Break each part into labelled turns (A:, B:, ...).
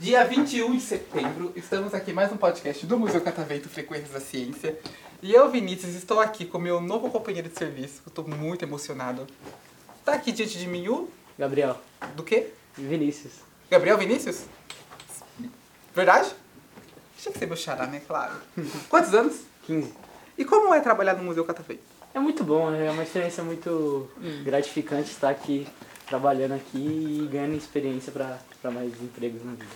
A: Dia 21 de setembro, estamos aqui em mais um podcast do Museu Catavento Frequências da Ciência. E eu, Vinícius, estou aqui com meu novo companheiro de serviço. Eu tô muito emocionado. Tá aqui diante de mim o...
B: Gabriel.
A: do quê?
B: Vinícius.
A: Gabriel Vinícius? Verdade? Tinha que ser meu xará, né? Claro. Quantos anos?
B: 15.
A: E como é trabalhar no Museu Catavento?
B: É muito bom, é uma experiência muito gratificante estar aqui, trabalhando aqui e ganhando experiência pra pra mais empregos na vida.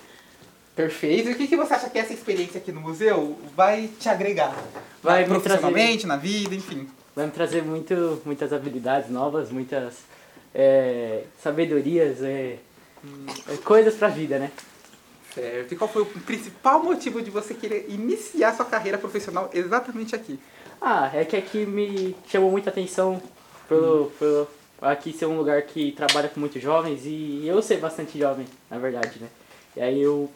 A: Perfeito. E o que, que você acha que essa experiência aqui no museu vai te agregar?
B: Vai me
A: profissionalmente, na vida, enfim.
B: Vai me trazer muito, muitas habilidades novas, muitas é, sabedorias, é, é, coisas pra vida, né?
A: Certo. E qual foi o principal motivo de você querer iniciar sua carreira profissional exatamente aqui?
B: Ah, é que aqui me chamou muita atenção pelo, pelo aqui ser um lugar que trabalha com muitos jovens e eu ser bastante jovem, na verdade, né? E aí eu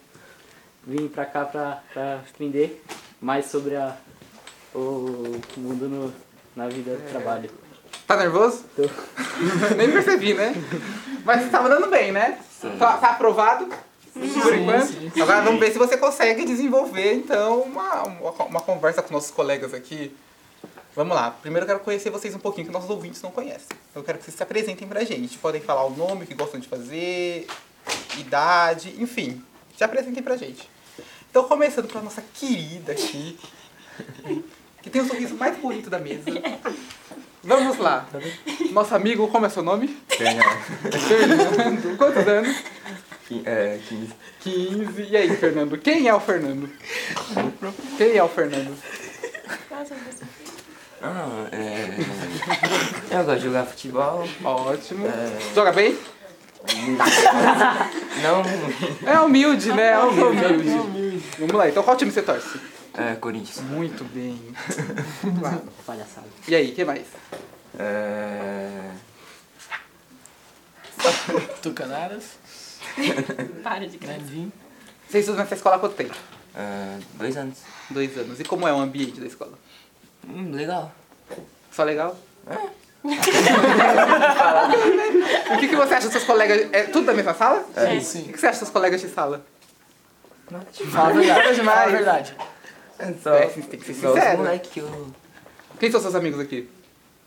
B: vim pra cá pra, pra aprender mais sobre a, o mundo no, na vida do trabalho.
A: Tá nervoso?
B: Tô.
A: Nem percebi, né? Mas tá mandando bem, né? Tá, tá aprovado? Por enquanto. Agora vamos ver se você consegue desenvolver, então, uma, uma, uma conversa com nossos colegas aqui. Vamos lá. Primeiro eu quero conhecer vocês um pouquinho, que nossos ouvintes não conhecem. Então, Eu quero que vocês se apresentem pra gente. Podem falar o nome, o que gostam de fazer, idade, enfim. Se apresentem pra gente. Então, começando pela nossa querida aqui, que tem o sorriso mais bonito da mesa. Vamos lá. Nosso amigo, como é seu nome?
C: Tem, né?
A: Fernando. Quantos anos?
C: Quin- é, 15.
A: 15. E aí, Fernando? Quem é o Fernando? Quem é o Fernando?
C: Ah, é. Eu gosto de jogar futebol.
A: Ótimo.
C: É.
A: Joga bem?
C: Não.
A: É humilde, né? É humilde. Vamos lá, então qual time você torce?
C: É, Corinthians.
A: Muito bem.
B: Palhaçada.
A: E aí, que mais?
C: É.
D: Tucanaras,
E: Para de graça.
D: Nandim,
A: Né? Você estuda nessa escola há quanto tempo?
C: é, dois anos.
A: Dois anos. E como é o ambiente da escola?
C: Hum, legal.
A: Só legal? É. o que, que você acha dos seus colegas? É tudo da mesma sala?
E: É.
A: O que que você acha dos seus colegas de sala?
D: tipo, Fala a verdade.
A: demais.
D: Fala a verdade.
C: É só.
A: É, tem que ser
C: só os
A: sincero.
C: moleque que eu.
A: Quem são seus amigos aqui?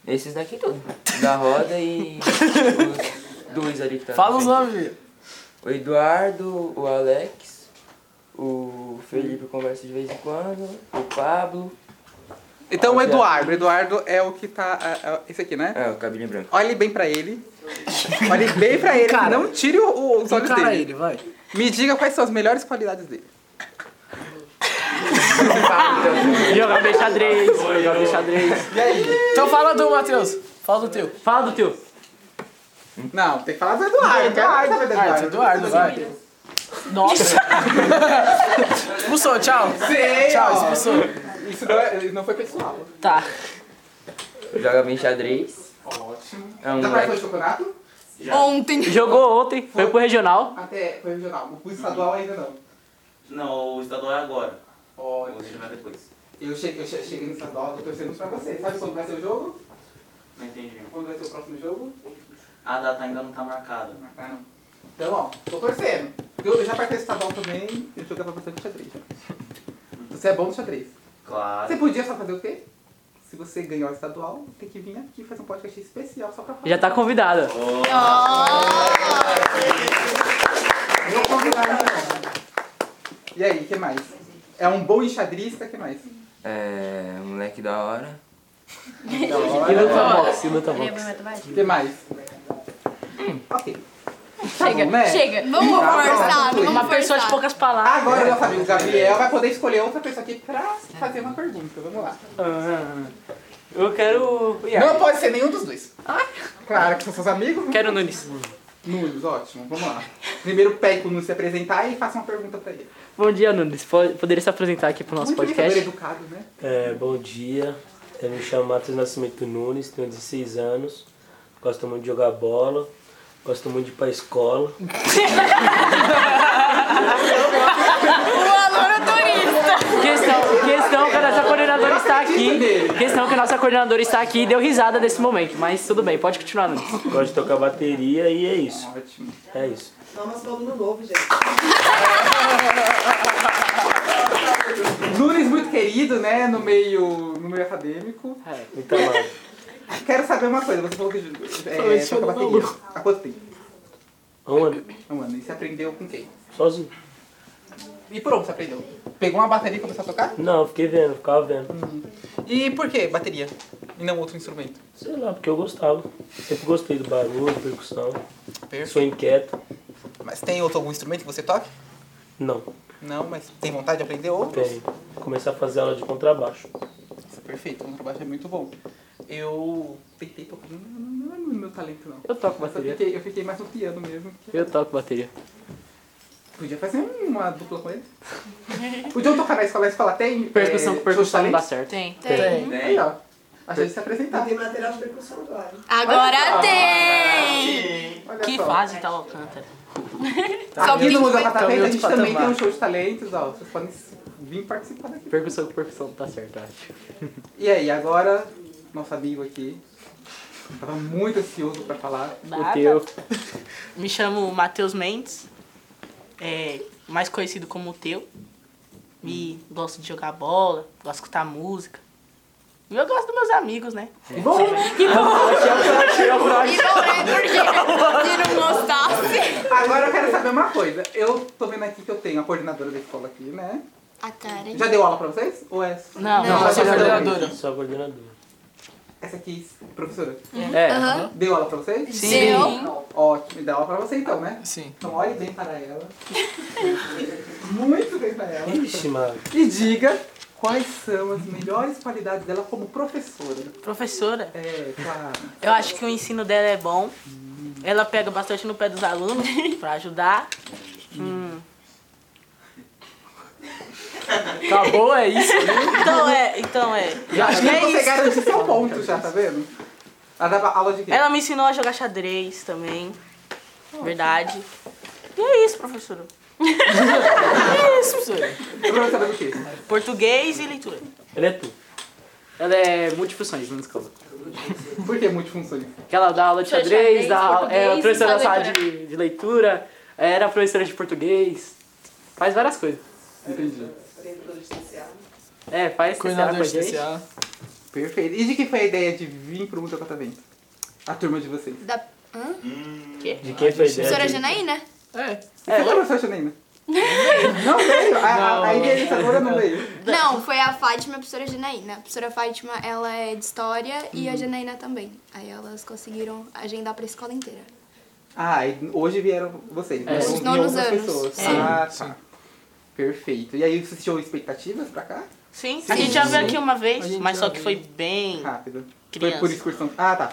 C: Esses daqui tudo. Da roda e. os dois ali que tá.
D: Fala os
C: frente.
D: nomes, Bia.
C: O Eduardo, o Alex. O Felipe conversa de vez em quando. O Pablo.
A: Então o
C: Olha.
A: Eduardo. O Eduardo é o que tá. é- é esse aqui, né?
C: É, o cabelinho branco.
A: Olhe bem pra ele. Olhe bem pra ele.
D: Cara.
A: não tire o- o- os olhos
D: Encara
A: dele.
D: ele, vai.
A: Me diga quais são as melhores qualidades dele.
B: Jogar bem xadrez, jogar bem xadrez.
D: Então fala do Matheus. Fala do teu.
B: Fala do teu.
A: Hum. Não, tem que falar do Eduardo. Eduardo, Eduardo,
D: Ah, do Eduardo, vai. Nossa. Expulsou, tchau.
A: Sei,
D: Tchau, é
A: ó.
D: expulsou.
A: Isso não, é- não foi pessoal.
D: Tá.
C: Joga bem xadrez.
A: Ótimo.
C: É um
A: Já participou
C: moleque
A: de campeonato?
E: Ontem.
B: Jogou ontem, foi pro regional.
A: Até foi regional. O estadual ainda não.
F: Não, o estadual é agora. O
A: Olha,
F: regional é depois.
A: eu cheguei, eu che- cheguei no estadual, tô torcendo pra você. Sabe quando vai ser o jogo?
F: Não entendi.
A: Quando vai ser o próximo jogo?
F: A data ainda não tá marcada.
A: Ah, não. Então, ó, tô torcendo. Eu eu já participei do estadual também, eu jogava bastante xadrez. já. Você é bom no xadrez. Você
F: Claro.
A: podia só fazer o quê? Se você ganhar o estadual, tem que vir aqui fazer um podcast especial só pra falar.
B: Já tá convidada.
A: Vou convidar ele agora. E aí, o que mais? É um bom enxadrista, o que mais?
C: É, um moleque da hora.
B: E luta boxe, e luta
E: Ele é
B: boxe.
E: bom em
A: O
E: matemática?
A: que mais? Ok.
E: Chega,
A: bom, né?
E: chega. Tá Vamos conversar, não vamos
B: Uma pessoa de
E: forçar.
B: poucas palavras.
A: Agora, nosso amigo Gabriel vai poder escolher outra pessoa aqui pra fazer uma pergunta. Vamos lá.
B: Ah, eu quero. o Ian.
A: Não pode ser nenhum dos dois. Claro que são seus amigos. né?
B: Quero o Nunes.
A: Nunes, ótimo. Vamos lá. Primeiro pegue o Nunes se apresentar e faça uma pergunta pra ele.
B: Bom dia, Nunes. Po- Poderia se apresentar aqui pro nosso
A: Muito
B: podcast?
A: bem, educado, né?
G: É, bom dia, eu me chamo Matheus Nascimento Nunes, tenho 16 anos, gosto muito de jogar bola, gosto muito de ir pra escola.
E: O aluno turista.
B: Questão, questão, cara, coordenadora está aqui.
A: dele.
B: Questão que a nossa coordenadora está aqui e deu risada desse momento, mas tudo bem, pode continuar, Nunes.
G: Gosto de tocar bateria e é isso.
A: Ótimo.
G: É isso.
H: Nossa, sou aluno novo, gente.
A: Nunes muito querido, né? No meio, no meio acadêmico.
B: É.
G: Muito amado.
A: Quero saber uma coisa, você falou que é,
D: Falei,
A: toca bateria. Há quanto tempo?
G: Aonde?
A: Um ano. E você aprendeu com quem?
G: Sozinho.
A: E por onde você aprendeu? Pegou uma bateria e começou a tocar?
G: Não, eu fiquei vendo, ficava vendo.
A: E por que bateria? E não outro instrumento?
G: Sei lá, porque eu gostava. Sempre gostei do barulho, da percussão. Sou
A: Perfeito.
G: inquieto.
A: Mas tem outro algum instrumento que você toque?
G: Não,
A: Não, mas tem vontade de aprender outro?
G: tenho. Começar a fazer aula de contrabaixo.
A: Isso é perfeito, o contrabaixo é muito bom. Eu tentei tocar, não, não, não é meu talento não.
B: Eu toco
A: Mas eu
B: bateria.
A: fiquei, eu fiquei mais no piano mesmo. que-
B: Eu toco bateria.
A: Podia fazer uma dupla com ele. Podiam tocar na escola, a escola tem.
B: Percussão
A: é,
B: com percussão não dá
A: shows de
B: certo.
E: Tem.
D: Tem.
A: talento? Aí, ó. A gente se né? apresentar.
H: Tem material de percussão agora.
E: Agora tem!
A: Olha
I: Que
A: só.
I: fase tá o Alcântara?
E: Só
A: Aqui no Museu da Catavento a
D: Então,
A: gente
D: outro
A: também tem
D: patamar.
A: um show de talentos, ó. Vocês podem vir participar daqui.
B: Percussão com percussão não dá certo, eu acho.
A: E aí, agora, nosso amigo aqui. Tava muito ansioso pra falar.
E: Ah,
B: O teu.
E: tá.
I: Me chamo Matheus Mendes, é, mais conhecido como o Teu. Me gosto de jogar bola, gosto de escutar música. E eu gosto dos meus amigos, né?
E: E não é porque se não gostasse.
A: Agora eu quero saber uma coisa. Eu tô vendo aqui que eu tenho a coordenadora da escola aqui, né?
E: A Karen.
A: Já deu aula pra vocês? Ou é essa?
I: Não,
A: Não,
D: Sou
A: só
D: coordenadora.
G: Só coordenador.
A: Essa aqui, professora,
B: É.
E: Aham.
A: deu aula pra vocês?
E: Sim.
A: Ótimo, e dá aula pra você então, né?
D: Sim.
A: Então olhe bem para ela. Muito bem para ela.
G: Ixi, mano.
A: E diga quais são as melhores qualidades dela como professora.
I: Professora,
A: É, claro.
I: eu acho que o ensino dela é bom. Ela pega bastante no pé dos alunos pra ajudar. Hum.
D: Acabou, é isso.
I: Então é, então é.
A: Já
I: Acho que é
A: você
I: isso.
A: garante seu ponto já, tá vendo? Ela dava aula de quê?
I: Ela me ensinou a jogar xadrez também. Verdade. E é isso, professora. é isso, professora.
A: Professora do quê?
I: Português e leitura.
G: Ele é tu.
B: Ela é multifunções, não escola.
A: Por que multifunções?
B: Que ela dá aula de
E: Professora de
B: xadrez,
E: xadrez,
B: dá aula, é
E: português e
B: professora da sala
E: leitura.
B: de, de leitura, era professora de português, faz várias coisas.
A: Entendi.
H: Tem produto licenciado.
B: É, faz TCA com
D: Coordenador
B: a gente.
D: especial.
A: Perfeito. E de que foi a ideia de vir pro Museu Catavento? A turma de vocês.
E: Da hã?
G: De quem foi a
E: professora
G: ideia?
E: Janaína?
D: É.
A: Você tá foi professora Janaína? né? Não veio. A, a, a idealizadora não veio.
E: Não, foi a Fátima e a professora Janaína. A professora Fátima, ela é de História e
I: Hum.
E: a Janaína também. Aí elas conseguiram agendar pra escola inteira.
A: Ah, e hoje vieram vocês, né?
B: É.
A: Vão
E: Os
A: vir
E: nonos
A: outras
E: anos.
A: pessoas.
I: É.
E: Sim.
A: Ah, tá. Perfeito. E aí, vocês tinham expectativas pra cá?
I: Sim, a gente já veio aqui uma vez, mas só que foi bem.
A: Rápido. Foi
I: Criança.
A: por excursão. Ah, tá.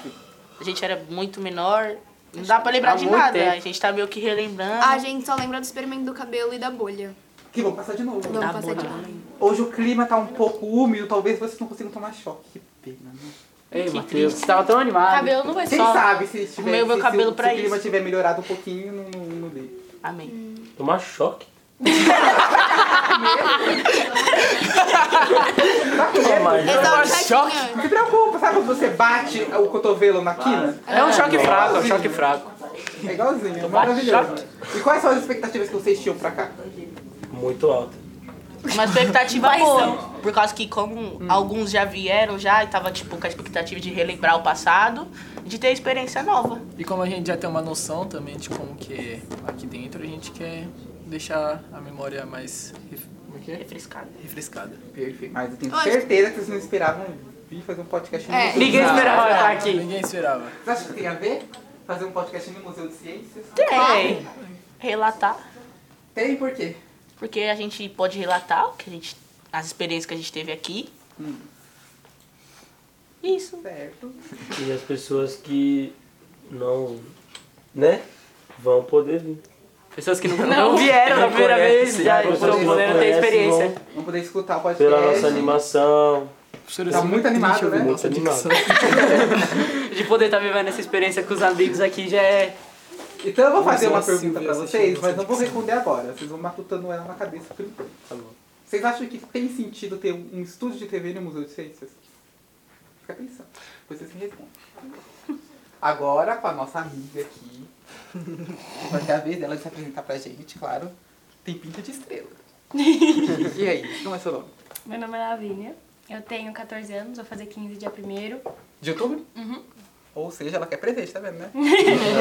I: A gente era muito menor. Não dá pra lembrar
B: Há
I: de
B: muito
I: nada.
B: tempo.
I: A gente tá meio que relembrando.
E: A gente só lembra do experimento do cabelo e da bolha.
A: Que vão passar de novo.
E: Vamos
I: Da
E: passar de
I: bolha.
E: novo.
A: Hoje o clima tá um pouco úmido, talvez vocês não consigam tomar choque. Que pena, né?
B: Ei,
I: Que
B: Matheus,
I: triste.
B: você tava tão animado.
I: Cabelo não vai
A: Quem
I: É só.
A: sabe se tiver.
I: meu- meu
A: se- se
I: cabelo
A: o- se,
I: pra
A: o clima
I: isso.
A: tiver melhorado um pouquinho, não, não, não dei.
I: Amém.
G: Tomar choque. Tomar
E: Esse
B: tá
E: é o
D: um choque.
E: chatinho.
A: Não se preocupa, sabe quando você bate o cotovelo na quina?
B: É um choque fraco, é um choque fraco.
A: É igualzinho, é maravilhoso. E quais são as expectativas que vocês tinham pra cá?
G: muito alto.
I: Uma expectativa boa. Por causa que como
B: Hum.
I: alguns já vieram já e tava tipo com a expectativa de relembrar o passado, de ter experiência nova.
D: E como a gente já tem uma noção também de como que é aqui dentro, a gente quer deixar a memória mais ref- como é que é?
I: Refrescada.
D: refrescada.
A: Perfeito. Mas eu tenho
E: Olha.
A: certeza que vocês não esperavam vir fazer um podcast no
E: É.
A: Museu.
B: Ninguém esperava estar aqui.
D: Ninguém esperava.
A: Vocês acham que tem a ver fazer um podcast no Museu de Ciências?
I: Tem. Relatar.
A: Tem por quê?
I: Porque a gente pode relatar o que a gente, as experiências que a gente teve aqui.
A: Hum.
I: Isso.
A: Certo.
G: E as pessoas que não, né, vão poder vir.
B: Pessoas que não, não vieram na primeira vez,
G: Conhece,
B: já
G: pessoas
B: estão
G: que não
B: podendo ter
G: conhecem,
B: experiência.
G: vão
A: Vamos poder escutar o
G: Pela
A: podcast.
G: nossa animação.
D: Professora,
A: Tá
D: assim,
A: muito animado,
D: deixa eu ver
A: né?
D: nossa
G: Muito
D: dicção.
B: De poder estar vivendo essa experiência com os amigos aqui já é.
A: Então eu vou fazer uma
D: Nossa,
A: pergunta pra
D: Silvia,
A: vocês,
D: assistindo
A: mas não vou
D: nossa
A: responder agora. Vocês vão matutando ela na cabeça por enquanto. Tá bom. Vocês acham que tem sentido ter um estúdio de TV no Museu de Ciências? Fica pensando. Depois vocês me respondem. Agora, com a nossa amiga aqui, vai ter a vez dela de se apresentar pra gente, claro. Tem pinta de estrela. e aí, como é seu nome?
J: Meu nome é Lavínia. Eu tenho 14 anos, vou fazer 15 dia primeiro.
A: De YouTube? Ou seja, ela quer presente, tá vendo, né?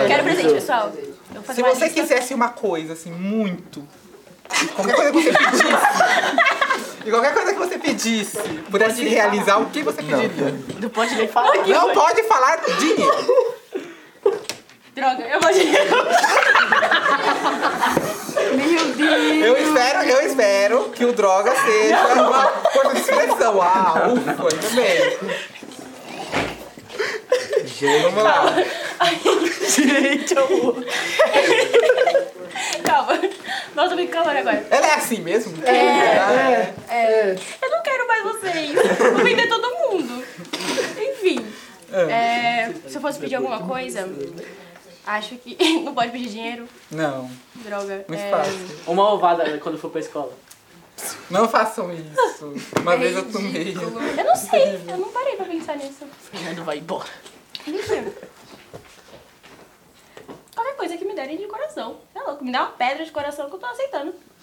J: Quero presente, pessoal. Eu vou fazer
A: Se
J: uma
A: você
J: lista.
A: quisesse uma coisa, assim, muito. Qualquer coisa que você pedisse. e qualquer coisa que você pedisse, pudesse realizar, o que você pediria? Não,
I: Não pode nem falar.
A: pode falar dinheiro.
J: Droga, eu vou Meu Deus.
A: Eu espero, eu espero que o droga seja uma coisa de expressão. Ah, ufa, ainda bem.
G: Gente,
A: Vamos lá.
I: Gente, eu vou.
J: Calma. Nossa, eu fico calor agora.
A: Ela é assim mesmo? É.
J: Eu não quero mais vocês. Vou vender todo mundo. Enfim. é, se eu fosse pedir alguma coisa, acho que. Não pode pedir dinheiro.
A: Não,
J: Droga.
A: muito
J: é,
A: fácil.
B: Uma ovada quando for pra escola.
A: Não façam isso. Uma
J: é
A: vez eu tomei.
J: ridículo. Eu não sei, eu não parei pra pensar nisso.
I: Fernando vai embora.
J: Mentira. Qualquer coisa que me derem de coração. É louco, me dá uma pedra de coração que eu tô aceitando.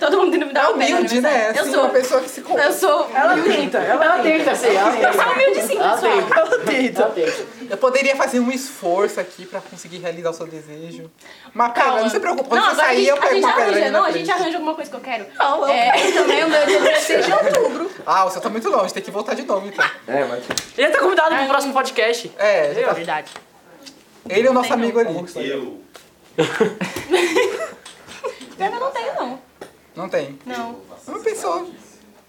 J: Todo mundo tendo me dar uma pedra.
A: Humilde,
J: aniversário.
A: né?
J: é, Eu
A: Assim,
J: sou.
A: uma pessoa que se compra.
J: Eu sou.
B: Ela tenta, ela, ela tenta ser. Ela
J: Eu
B: tenta.
J: sou humilde sim,
B: Ela
J: pessoal.
B: tenta. Ela tenta. Ela tenta.
A: Eu poderia fazer um esforço aqui pra conseguir realizar o seu desejo. Uma pedra,
J: Calma.
A: não se preocupe. Quando
J: não,
A: você
J: agora a
A: sair,
J: gente-
A: eu
J: a
A: pego
J: gente
A: uma pedra
J: arranja.
A: ali na
J: Não, a gente
A: frente.
J: arranja alguma coisa que eu quero.
I: Não, eu-
J: é, também o meu dia vai ser de outubro.
A: Ah, o seu tá muito longe, tem que voltar de novo, então.
C: É, mas
B: Ele tá convidado pro próximo podcast.
A: É, já tá-
I: Verdade.
A: ele é o nosso amigo ali.
F: Eu.
J: Pior que eu não tenho, não.
A: Não tem.
J: Não.
A: É uma pessoa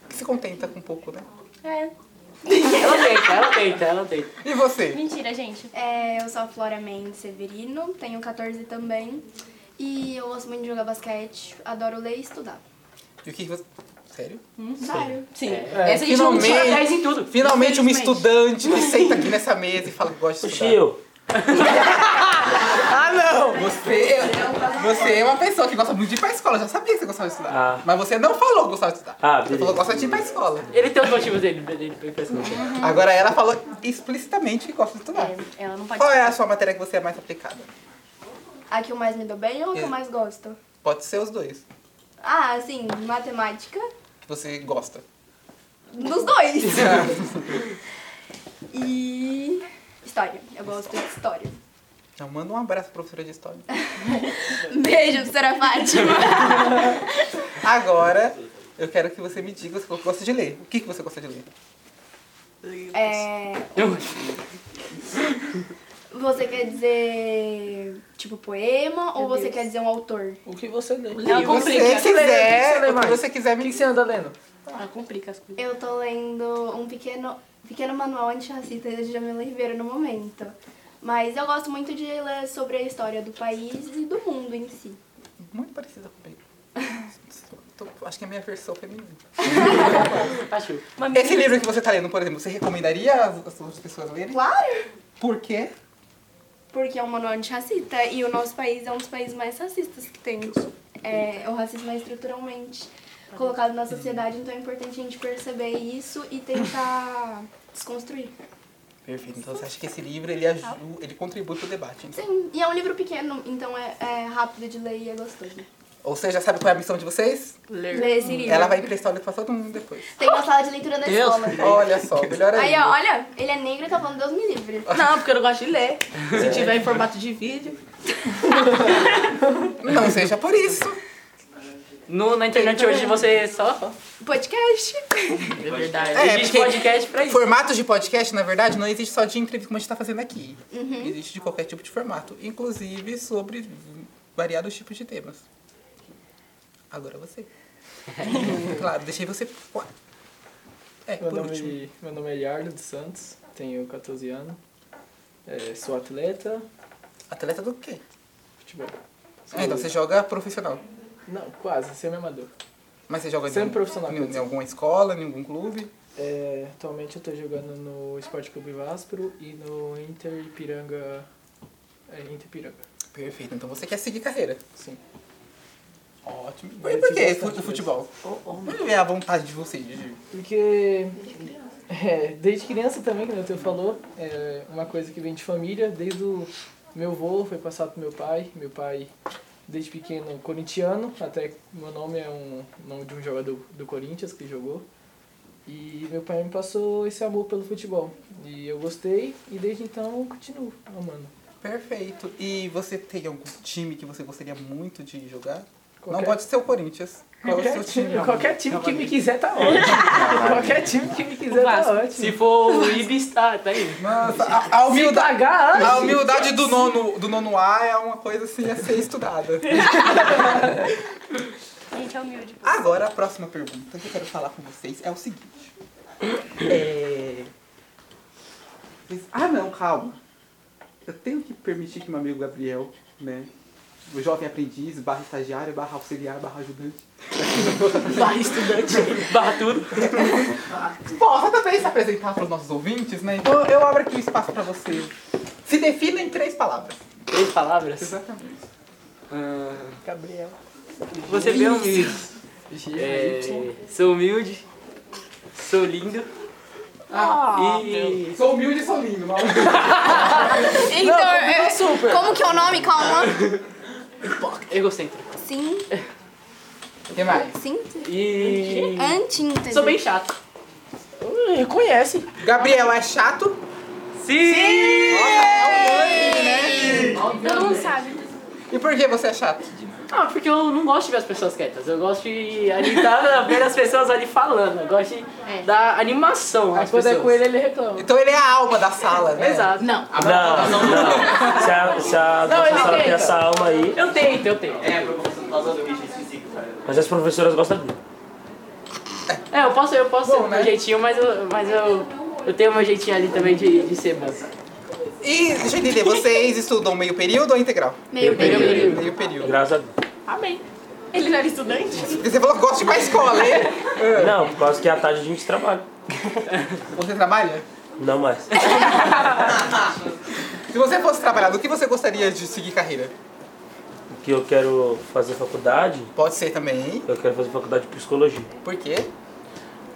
A: que se contenta com um pouco, né?
J: É.
B: Ela tenta, ela tenta, ela tenta.
A: E você?
J: Mentira, gente.
E: É, eu sou a Flora Mendes Severino, tenho 14 também. E eu gosto muito de jogar basquete, adoro ler e estudar.
A: E o que que você... Sério?
E: Sério?
J: Sim.
B: É.
J: Essa a gente não
A: Finalmente.
J: tira.
B: Tira 10 em tudo.
A: Finalmente uma
J: Infelizmente.
A: estudante que senta aqui nessa mesa e fala que gosta de estudar.
G: tio,
B: Ah, não!
A: Você, você é uma pessoa que gosta muito de ir pra escola, eu já sabia que você gostava de estudar.
G: Ah.
A: Mas você não falou que gostava de estudar.
G: Ah,
A: você
G: beleza.
A: falou que gosta de ir pra escola.
B: Ele tem os motivos dele, dele pra pensar no tempo.
A: Agora ela falou explicitamente que gosta de estudar.
J: É, ela não pode.
A: Qual é a sua matéria que você é mais aplicada?
E: A que eu mais me dou bem ou a que eu
A: É.
E: mais gosto?
A: Pode ser os dois.
E: Ah, assim, matemática.
A: Que você gosta.
E: Dos dois. e história. Eu gosto de história.
A: Então manda um abraço pra professora de história.
E: Beijo, professora Fátima.
A: Agora, eu quero que você me diga o que você gosta de ler. O que que você gosta de ler?
E: É, você quer dizer, tipo, poema ou você quer dizer um autor?
D: O que você lê?
A: O que você quiser, o que você quiser me
D: O que você anda lendo?
J: Ela Ah, complica as coisas.
E: Eu tô lendo um pequeno, pequeno manual antirracista de Jamila Ribeiro no momento. Mas eu gosto muito de ler sobre a história do país e do mundo em si.
A: Muito parecida comigo. Tô- Acho que é a minha versão feminina.
B: Achou.
J: Uma
A: Esse livro que você tá lendo, por exemplo, você recomendaria as, as outras pessoas lerem?
E: Claro!
A: Por quê?
E: Porque é um manual antirracista e o nosso país é um dos países mais racistas que tem. É, o racismo é estruturalmente colocado na sociedade, então é importante a gente perceber isso e tentar desconstruir.
A: Perfeito. Então você acha que esse livro ele
E: Ah.
A: ajuda, ele contribui pro debate. então?
E: Sim, e é um livro pequeno, então é, é rápido de ler e é gostoso.
A: Ou seja, sabe qual é a missão de vocês?
E: Ler esse livro.
A: Ela vai emprestar o livro pra todo mundo depois.
E: Tem uma sala de leitura da escola.
A: Olha só, melhor
E: Aí,
A: ainda.
E: ó, olha, ele é negro e tá falando Deus me livre.
I: Não, porque eu não gosto de ler. Se tiver em formato de vídeo.
A: Não seja por isso.
B: No, na internet hoje você só
E: Podcast.
I: É verdade.
A: É,
B: existe
A: porque-
B: podcast pra isso.
A: Formatos de podcast, na verdade, não existe só de entrevista como a gente tá fazendo aqui. Existe de qualquer tipo de formato, inclusive sobre variados tipos de temas. Agora você. claro, deixei você. por- É,
D: Meu
A: por
D: nome,
A: último.
D: meu nome é Yardo dos Santos, tenho 14 anos, é, sou atleta,
A: Atleta do quê?
D: futebol. Sou-
A: Ah, então você joga profissional.
D: Não, quase, semi-amador.
A: Mas você joga em,
D: Sempre
A: algum-
D: profissional, quer
A: em, em
D: dizer.
A: alguma escola, em algum clube?
D: É, atualmente eu tô jogando no Esporte Clube Vaspro e no Inter Ipiranga. É, Inter Ipiranga,
A: Perfeito. Então você quer seguir carreira.
D: sim.
A: Ótimo. E por que fu- o futebol? Onde é a vontade de vocês? de-
D: Porque. É, desde criança também, que o teu falou, é uma coisa que vem de família, desde o meu avô foi passado pro meu pai, meu pai desde pequeno corintiano, até meu nome é um nome de um jogador do Corinthians que jogou. E meu pai me passou esse amor pelo futebol. E eu gostei e desde então eu continuo amando.
A: Perfeito. E você tem algum time que você gostaria muito de jogar? Não
D: Qualquer-
A: pode ser o Corinthians. Qual é o seu
D: Qualquer
A: time?
D: time, qualquer time que me quiser tá ótimo. Qualquer time que me quiser tá ótimo.
B: Se for o Ibis, tá, tá aí.
A: Nossa, a, a
D: Se
A: humildade,
D: pagar antes.
A: a humildade do, nono, do nono A é uma coisa assim a ser estudada.
J: Gente, é humilde.
A: Agora, a próxima pergunta que eu quero falar com vocês é o seguinte. É... vocês- Ah, não, calma. Eu tenho que permitir que meu amigo Gabriel, né, o jovem aprendiz, barra estagiário, barra auxiliar, barra ajudante,
B: Barra estudante, barra tudo.
A: possa também se apresentar para os nossos ouvintes, né? Então eu abro aqui o espaço para você. Se defina em três palavras.
B: Três palavras.
A: Exatamente.
D: Gabriel.
B: Você vê humilde. É, sou humilde, sou lindo. e
A: Sou humilde e sou lindo, mas...
J: Então, é- como que é o nome? Calma.
B: egocêntrico.
J: Sim,
A: O que mais?
J: sim.
B: E
J: Antíntese.
B: sou bem chato.
D: Conhece.
A: Gabriel é chato?
B: Sim!
J: Todo mundo sabe.
A: E por que você é chato?
B: Ah, porque eu não gosto de ver as pessoas quietas. Eu gosto de ali tá ver as pessoas ali falando. Eu gosto de
J: É.
B: dar animação às
D: Quando
B: pessoas.
D: é com ele, ele reclama.
A: Então ele é a alma da sala, né?
B: Exato.
J: Não.
G: Não, não. Se a, se a nossa
B: ele
G: sala tem
B: tenta.
G: essa alma aí,
B: Eu tento, eu tento.
F: É, porque você não tá usando bichos físicos, cara.
G: mas as professoras gostam dele.
B: É, eu posso, eu posso
A: Bom,
B: ter
A: né?
B: meu jeitinho, mas eu, mas eu, eu tenho meu jeitinho ali também de, de ser bom.
A: E, deixa eu entender, vocês estudam meio período ou integral?
J: Meio bem.
A: Meio período.
G: Graças a Deus.
J: Amém. Ele não era estudante?
A: Porque você falou que gosta de ir pra escola, hein?
G: Não, por causa que à tarde a gente trabalha.
A: Você trabalha?
G: Não mais.
A: Se você fosse trabalhar, do que você gostaria de seguir carreira?
G: O que eu quero fazer faculdade,
A: Pode ser também, hein?
G: eu quero fazer faculdade de psicologia.
A: Por quê?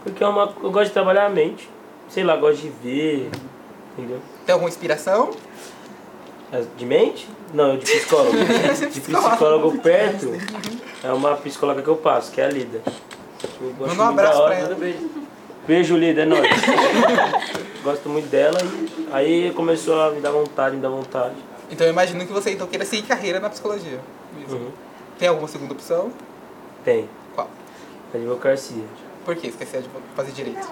G: Porque é uma, eu gosto de trabalhar a mente. Sei lá, gosto de ver. Entendeu?
A: Tem alguma inspiração?
G: As- Ah, De mente? Não, de psicólogo. De psicólogo perto é uma psicóloga que eu passo, que é a Lida. Eu gosto
A: Manda um
G: muito da
A: abraço
G: hora. né?
A: pra ela.
G: Beijo, Lida, é nóis. gosto muito dela e aí começou a me dar vontade, me dar vontade.
A: Então eu imagino que você então queira seguir carreira na psicologia. Mesmo.
G: Uhum.
A: Tem alguma segunda opção?
G: Tem,
A: Qual?
G: advocacia.
A: Por que esquecer de fazer direito?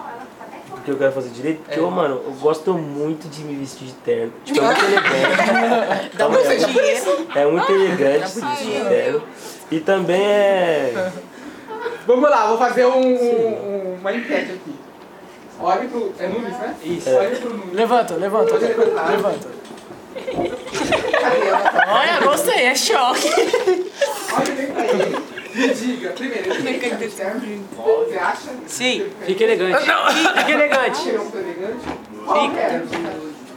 G: Porque eu quero fazer direito? Porque,
A: É.
G: eu, mano, eu gosto muito de me vestir de terno. Tipo, é muito elegante. Tá
A: Não
G: bom?
A: seja por isso.
G: É muito elegante se vestir de terno. E também é.
A: Vamos lá, vou fazer um, um- um- uma enquete aqui. Olhe pro. É Nunes, né? Isso. Olhe pro Nunes.
D: Levanta, levanta.
A: Pode levantar.
D: Levanta.
I: Olha, gostei, é choque.
A: Olhe bem pra ele. Me diga, primeiro, ele tem que serve. Você acha?
I: Sim.
B: Fica elegante. Fica elegante.
A: Ele é um pouco elegante? Qual que era?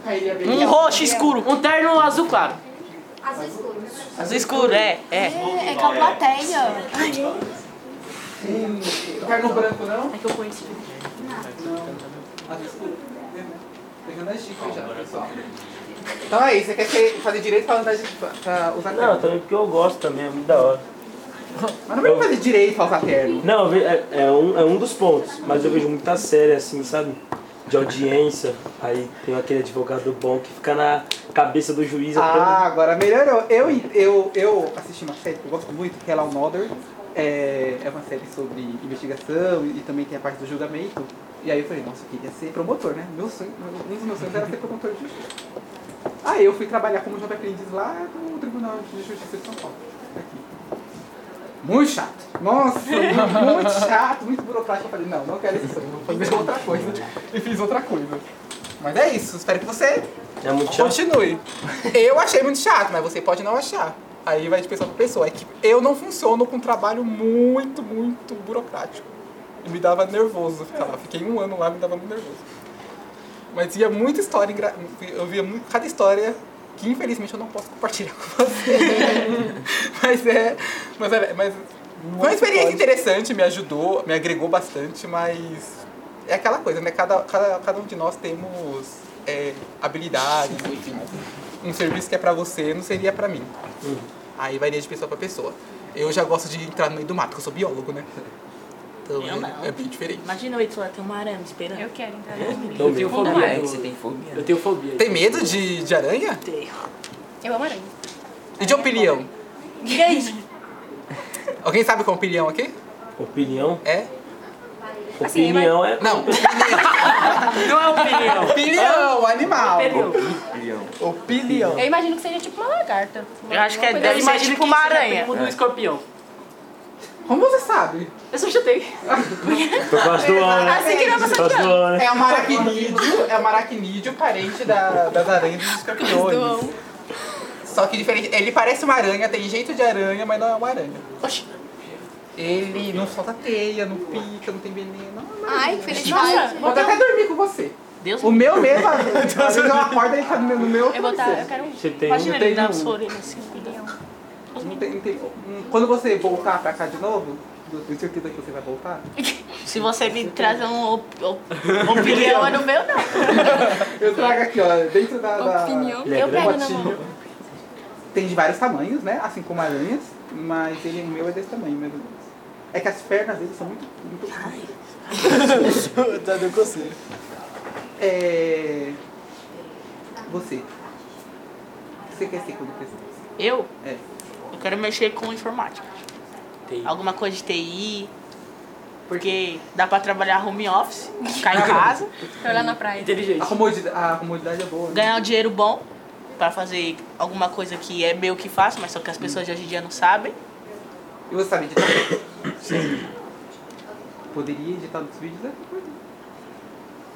A: Cairia bem.
I: Um roxo escuro.
B: Um terno azul claro.
I: Azul escuro, é, é.
E: É, é com a plateia.
A: Carno branco não? Ah,
I: É que eu conheci.
A: Azul escuro. Pegando as dicas já, pessoal. Então é isso, você quer ser- fazer direito pra, andar de, pra- pra usar
G: Não,
A: terno.
G: também porque eu gosto também, é muito da hora.
A: Mas não vai fazer direito pra usar terno.
G: Não, eu ve- é, é um, é um dos pontos, mas eu vejo muita série assim, sabe? De audiência. Aí tem aquele advogado bom que fica na cabeça do juiz
A: Ah, agora melhorou. Eu, eu, eu assisti uma série que eu gosto muito, que é Law and Order. É, é uma série sobre investigação e, e também tem a parte do julgamento. E aí eu falei, nossa, eu queria ser promotor, né? Meu sonho, um dos meus sonhos era ser promotor de justiça. Aí eu fui trabalhar como jovem aprendiz lá no Tribunal de Justiça de São Paulo. Aqui. Muito chato. Nossa, muito, muito chato, muito burocrático. Eu falei, não, não quero esse sonho, vou fazer outra coisa. E fiz outra coisa. Mas é isso, espero que você
G: É muito chato.
A: Continue. Eu achei muito chato, mas você pode não achar. Aí vai de pessoa pra pessoa. É que eu não funciono com um trabalho muito, muito burocrático. E me dava nervoso ficar lá. Fiquei um ano lá, me dava muito nervoso. Mas ia muita história, engra- eu via mu- cada história que infelizmente eu não posso compartilhar com você. mas é, mas, é- mas Foi uma experiência interessante, me ajudou, me agregou bastante, mas é aquela coisa, né? Cada, cada, cada um de nós temos é, habilidades, enfim. Um serviço que é pra você não seria pra mim. Aí varia de pessoa pra pessoa. Eu já gosto de entrar no meio do mato, porque eu sou biólogo, né? Então
I: Eu
A: é-
I: não.
A: é bem diferente.
I: Imagina o Edson lá, tem um arame esperando. Eu quero entrar
B: Eu tenho fobia.
C: É que você tem fobia.
B: Eu tenho fobia.
A: Tem medo de, de aranha?
I: Tenho.
J: Eu amo aranha.
A: E de opinião?
J: Grande.
A: Alguém sabe qual É, é o opinião aqui?
G: Opinião?
A: É?
J: Assim,
G: Opinião é.
A: Não,
B: Não é opinião.
A: opinião, animal.
D: Opinião.
J: Eu imagino que seja tipo uma lagarta. Uma-
I: Eu acho que
J: uma
I: é
J: coisa
I: deve
J: assim.
I: ser tipo uma aranha.
B: Primo do É um escorpião.
A: Como você sabe?
J: Eu só chutei.
G: Por causa do ano, né?
J: Assim que não é
G: Por causa do ano, né?
A: É um aracnídeo, é um aracnídeo parente da, das aranhas e dos escorpiões. Só que diferente, ele parece uma aranha, tem jeito de aranha, mas não é uma aranha.
I: Oxi.
A: Ele não solta teia, não pica, não tem veneno. não, não.
E: Ai, felicidade.
I: Nossa,
A: Pode até dormir com você.
I: Deus
A: O meu mesmo, às vezes eu acordo e ele tá no meu. No meu
J: Eu vou tá, eu quero um.
G: Você tem
I: Imagina
G: um.
I: ele
A: tenho
I: dar
A: um.
I: um sorriso assim, opinião.
A: não tem, não tem- não- Quando você voltar pra cá de novo, do- do circuito que você vai voltar,
I: Se você me trazer um op- op- opinião, é no meu, não.
A: eu trago aqui, ó, dentro da. da-
E: Opinião.
G: Ele é
I: Eu
G: grande?
I: pego na mão.
A: Tem de vários tamanhos, né? Assim como aranhas, mas ele, o meu é desse tamanho, mais ou menos. É que as pernas dele são muito. muito-
D: Tá deu coceira.
A: É. Você. O que você quer ser quando crescer?
I: Eu?
A: É.
I: Eu quero mexer com informática.
B: TI.
I: Alguma coisa de TI. Porque dá pra trabalhar home office, ficar em casa,
J: Foi lá na praia.
B: Inteligente.
A: A comodidade, a comodidade é boa. Né?
I: ganhar um dinheiro bom pra fazer alguma coisa que é meu que faço, mas só que as pessoas de hoje em dia não sabem.
A: E você sabe editar? Sim. Poderia editar nos vídeos? né?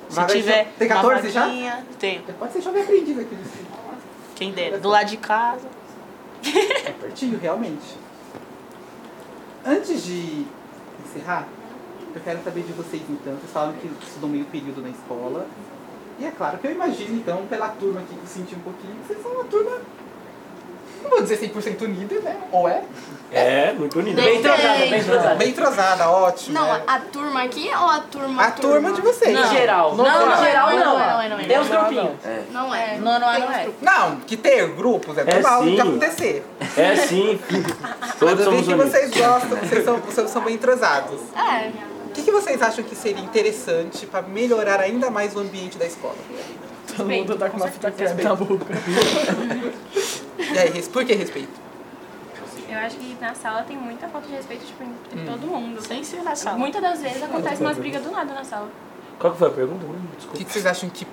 I: Se
A: Vaga de
I: tiver.
A: jovem- Tem
I: uma
A: 14 já?
I: vaguinha, Tenho.
A: Pode ser jovem aprendiz aqui. assim.
I: Quem dera. Do lado de casa.
A: É pertinho, realmente. Antes de encerrar, eu quero saber de vocês então. Vocês falaram que estudam meio período na escola. E é claro que eu imagino então, pela turma aqui que eu senti um pouquinho, que vocês são uma turma. Não vou dizer 100% unida, né? Ou é?
G: É, muito unido.
J: Né?
B: Bem entrosado, bem entrosado.
A: Bem entrosada, ótimo.
E: Não,
A: é.
E: a turma aqui ou a turma?
A: a turma de vocês.
B: Em geral.
D: Não,
I: Não,
D: não,
I: não,
B: geral,
I: não,
B: não.
I: não, é, não, é, não, é, não.
B: Tem
I: é.
B: uns grupinhos.
E: Não é.
I: Não, não é,
E: Tem
I: não é.
A: Não, que ter grupos é
G: É
A: normal
G: sim.
A: de acontecer.
G: É sim.
A: Mas
G: Todos
A: eu vi
G: somos
A: que
G: unidos.
A: vocês gostam, vocês são, vocês são bem entrosados.
E: É.
A: O que, que vocês acham que seria interessante para melhorar ainda mais o ambiente da escola?
D: Todo mundo tá com uma fita crepe na boca.
A: E aí, res- por que respeito?
J: Eu acho que na sala tem muita falta de respeito, tipo, entre
G: Hum.
J: todo mundo.
I: Sem ser na sala.
J: Muitas das vezes acontece umas brigas do nada na sala.
G: Qual que foi a pergunta? mesmo?
A: O que,
G: Desculpa.
A: que vocês acham que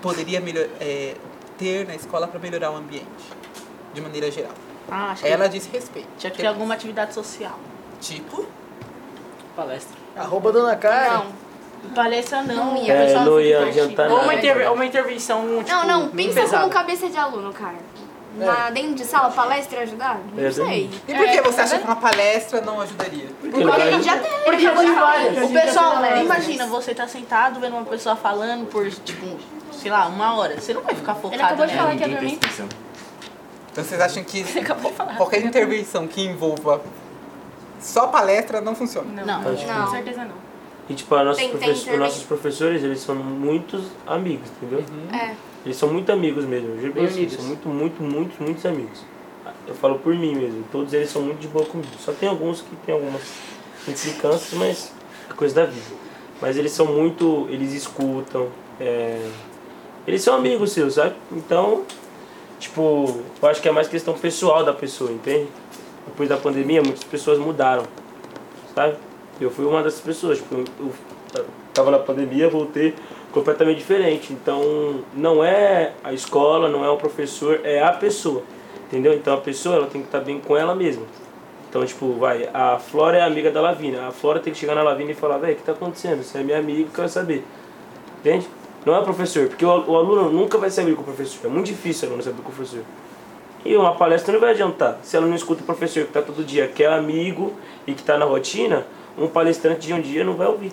A: poderia melhor, é, ter na escola para melhorar o ambiente? De maneira geral.
I: Ah, acho que
A: Ela é disse respeito.
I: tinha que ter alguma atividade social.
A: Tipo,
B: Palestra.
D: Arroba Dona Karen.
I: Não. Palestra não.
E: Não
I: o
E: ia.
G: É,
I: pessoal
G: não
I: fica
G: ia
I: divertido.
G: adiantar
B: Ou uma,
G: nada.
B: interve- ou uma intervenção, tipo,
E: Não, não,
B: bem
E: pensa
B: pesada.
E: como cabeça de aluno, cara. Na, dentro de sala, palestra ia ajudar? Não
G: É,
E: sei.
A: e por que
J: É,
A: você
J: tá
A: acha
J: vendo?
A: que uma palestra não ajudaria?
G: Porque não vai-
E: Já tem.
B: Porque eu vou em várias.
I: O pessoal, imagina, você tá sentado vendo uma pessoa falando por, tipo, sei lá, uma hora. Você não vai ficar focado.
J: Ele acabou de
I: né?
J: falar que ia dormir.
A: Então vocês acham que qualquer intervenção que envolva só palestra não funciona?
I: Não.
G: Tá, tipo,
J: Com
E: Não.
J: certeza não.
G: E tipo, a nossos,
E: Tem- tem
G: profe- os
E: internet.
G: nossos professores, eles são muitos amigos, entendeu?
E: É.
G: Eles são muito amigos mesmo, eu juro pra
B: Bem
G: vocês,
B: unidos.
G: São muito, muito, muitos, muitos amigos. Eu falo por mim mesmo, todos eles são muito de boa comigo. Só tem alguns que tem algumas implicâncias, mas é coisa da vida. Mas eles são muito, eles escutam, é, eles são amigos seus, sabe? Então, tipo, eu acho que é mais questão pessoal da pessoa, entende? Depois da pandemia, muitas pessoas mudaram, sabe? Eu fui uma dessas pessoas, tipo, eu, eu tava na pandemia, voltei completamente diferente. Então, não é a escola, não é o professor, é a pessoa, entendeu? Então, a pessoa, ela tem que estar bem com ela mesma. Então, tipo, vai, a Flora é amiga da Lavina, a Flora tem que chegar na Lavina e falar, velho, o que tá acontecendo? Você é minha amiga, eu quero saber. Entende? Não é o professor, porque o, al- o aluno nunca vai saber com o professor. É muito difícil o aluno saber com o professor. E uma palestra não vai adiantar. Se ela não escuta o professor que tá está todo dia, que é amigo e que está na rotina, um palestrante de um dia não vai ouvir.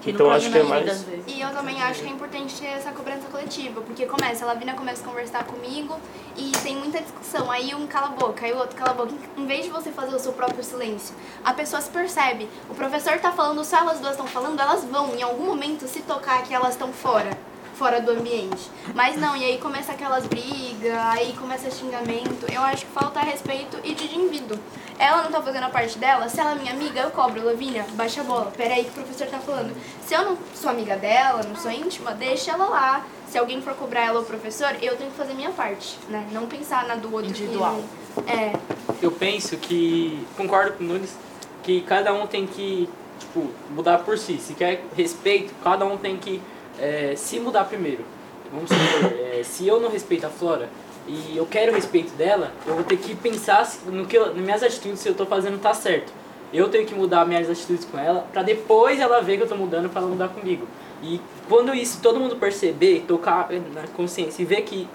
I: Que não
G: então
I: paga
G: acho que é
I: na agenda,
G: mais.
I: às vezes.
E: E eu também acho que é importante ter essa cobrança coletiva, porque começa, a Lavina começa a conversar comigo e tem muita discussão. Aí um cala a boca, aí o outro cala a boca. Em vez de você fazer o seu próprio silêncio, a pessoa se percebe. O professor tá falando, só elas duas estão falando, elas vão em algum momento se tocar que elas estão fora, fora do ambiente. Mas não, e aí começa aquelas brigas, aí começa xingamento. Eu acho que falta respeito e de indivíduo. Ela não tá fazendo a parte dela, se ela é minha amiga, eu cobro, Lavínia, baixa a bola. Peraí que o professor tá falando. Se eu não sou amiga dela, não sou íntima, deixa ela lá. Se alguém for cobrar ela ou o professor, eu tenho que fazer minha parte, né? Não pensar na do outro. que
I: Individual.
E: não- É,
B: Eu penso que, concordo com o Nunes, que cada um tem que tipo, mudar por si. Se quer respeito, cada um tem que é, se mudar primeiro. Vamos supor, é, se eu não respeito a Flora e eu quero o respeito dela, eu vou ter que pensar se- no que eu, nas minhas atitudes, se eu tô fazendo tá certo. Eu tenho que mudar minhas atitudes com ela, pra depois ela ver que eu tô mudando pra ela mudar comigo. E quando isso todo mundo perceber, tocar na consciência e ver que